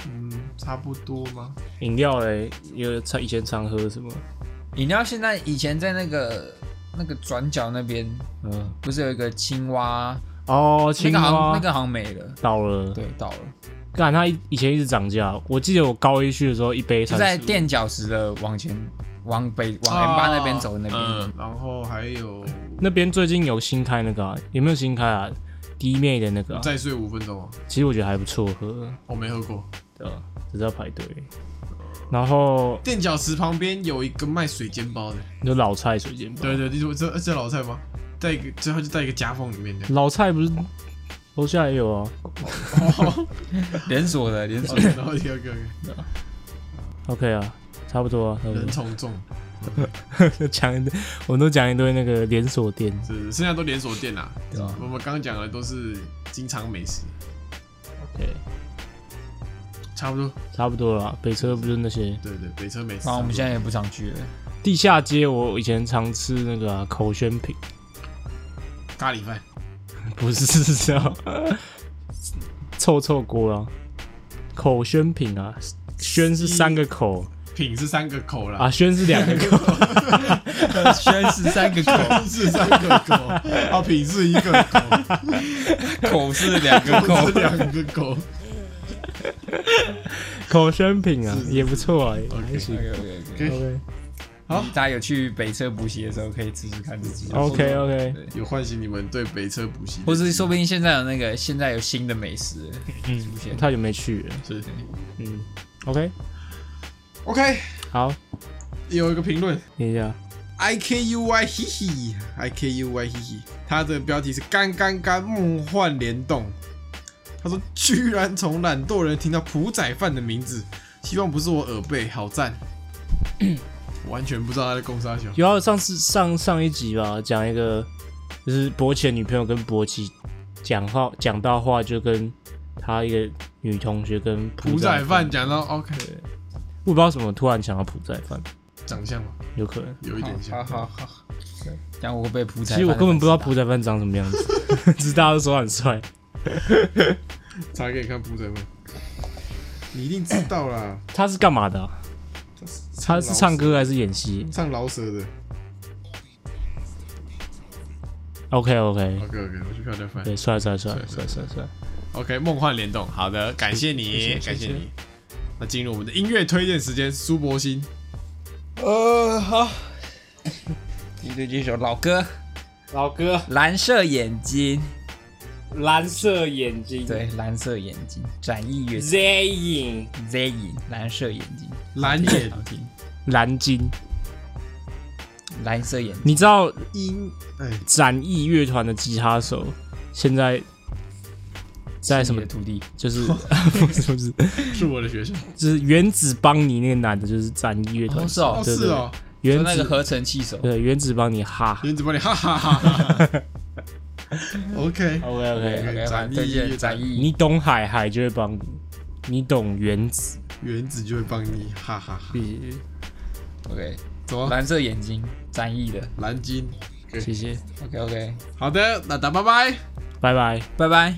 S1: 嗯，差不多吗？
S2: 饮料嘞，有常以前常喝什么？
S3: 饮料现在以前在那个那个转角那边，
S2: 嗯，
S3: 不是有一个青蛙？
S2: 哦，青
S3: 那个好像
S2: 蛙
S3: 那个好像没了，
S2: 倒了。
S3: 对，倒了，
S2: 干，它以以前一直涨价。我记得我高一去的时候，一杯
S3: 就
S2: 三
S3: 在
S2: 十。
S3: 垫脚石的往前往北往 M 八那边走的那
S1: 嗯
S3: 边。，
S1: 然后还有
S2: 那边最近有新开那个、啊，有没有新开啊？低妹的那个啊、
S1: 再睡五分钟哦，
S2: 其实我觉得还不错喝，
S1: 我没喝过。
S2: 对吧？只是要排队。然后
S1: 垫脚石旁边有一个卖水煎包的，
S2: 有老蔡水煎包，
S1: 对对，你说这这老蔡吗？在一个，最后就在一个夹缝里 面的。
S2: 老蔡不是楼下也有啊，
S1: 哦，
S3: 连锁的连锁的，
S1: 然后第二个
S2: OK 啊，差不多啊，差
S1: 人
S2: 不
S1: 从众，
S2: 多。讲一堆，我们都讲一堆那个连锁店，
S1: 是是剩下都连锁店啦。
S3: 对啊吧？
S1: 我们刚刚讲的都是经常美食，
S2: 对，
S1: 差不多。
S2: 差不多了。北车不就那些
S1: 对对，北车美食。
S3: 然后我们现
S1: 在
S3: 在也不想去了，
S2: 地下街，我以前常吃那个、啊、口宣品，
S1: 咖喱饭，
S2: 不是是叫臭臭锅啊，口宣品啊，宣是三个口
S1: 品是三个口啦。
S2: 啊，宣是两个口，
S3: 宣是三个口，
S1: 是三个口，啊，品是一个口，
S3: 口是两个
S1: 口
S3: 口
S1: 是。两个口。
S2: 口宣品啊
S1: 是是
S2: 也不错啊，
S1: OK，
S2: 还行。
S3: OK OK OK。
S2: OK
S3: 大家有去北车补习的时候，可以试试看自己。
S2: 哦 OK OK，
S1: 有唤醒你们对北车补习的，
S3: 或是说不定现在有那个现在有新的美食出现。
S2: 太久没去了，
S1: 是
S2: 嗯，OK，
S1: OK。
S2: 好，
S1: 有一个评论
S2: 等一下，
S1: I K U Y 嘻嘻，I K U Y 嘻嘻，他的标题是“干干干梦幻联动”。他说：“居然从懒惰人听到朴仔饭的名字，希望不是我耳背，好赞。” 完全不知道他在攻啥小。
S2: 有啊，上次上上一集吧，讲一个就是博奇的女朋友跟博奇讲话讲到话，就跟他一个女同学跟
S1: 朴仔饭，讲到 OK，
S2: 我不知道什么突然想到朴仔饭，
S1: 长相嘛，
S2: 有可能。
S1: 有一点像。
S3: 好好好，这样我会被普仔。
S2: 其实我根本不知道朴
S3: 啊
S2: 仔饭长什么样子， 只是大家都说他很帅。
S1: 查给你看朴仔饭，你一定知道啦。
S2: 他是干嘛的啊、他是唱歌还是演戏
S1: 唱老舍的。
S2: ？OK OK，
S1: OK OK，我去看再翻。
S2: 对，帅帅帅
S1: 帅
S2: 帅帅帅。
S1: OK，梦幻联动，好的，感谢你，
S2: 谢谢
S1: 感谢
S2: 谢谢
S1: 你。那进入我们的音乐推荐时间，苏博鑫，
S3: 呃好，你对这首老歌
S2: 老哥，
S3: 蓝色眼睛，
S2: 蓝色眼睛，
S3: 对，蓝色眼睛，展翼月
S2: z i
S3: Z 影，蓝色眼睛，
S1: 蓝眼
S3: 好听，
S2: 蓝鲸。
S3: 蓝色眼睛，
S2: 你知道
S1: 音，哎，
S2: 展翼乐团的吉他手现在在什么
S3: 是你的？徒弟？
S2: 就是 不是不是，
S1: 是我的学生。
S2: 就是原子邦尼那个男的，就是展翼乐团
S3: 哦，是哦，
S2: 对
S1: 是哦，
S3: 就
S2: 原
S3: 那
S2: 子
S3: 个合成器手，
S2: 对原子邦尼，哈哈。
S1: 原子帮你，哈哈哈哈。OK，
S2: OK OK，
S3: OK，
S1: 展翼
S3: 推荐
S1: 乐团
S3: 展翼，
S2: 你懂海，海就会帮你；你懂原子，
S1: 原子就会帮你，哈哈哈。
S2: 必
S3: OK，
S1: 走啊，
S3: 蓝色眼睛，展翼的
S1: 蓝鲸。
S2: 谢谢，
S3: ，OK OK，
S1: 好的，那打拜拜，
S2: 拜拜
S3: 拜拜。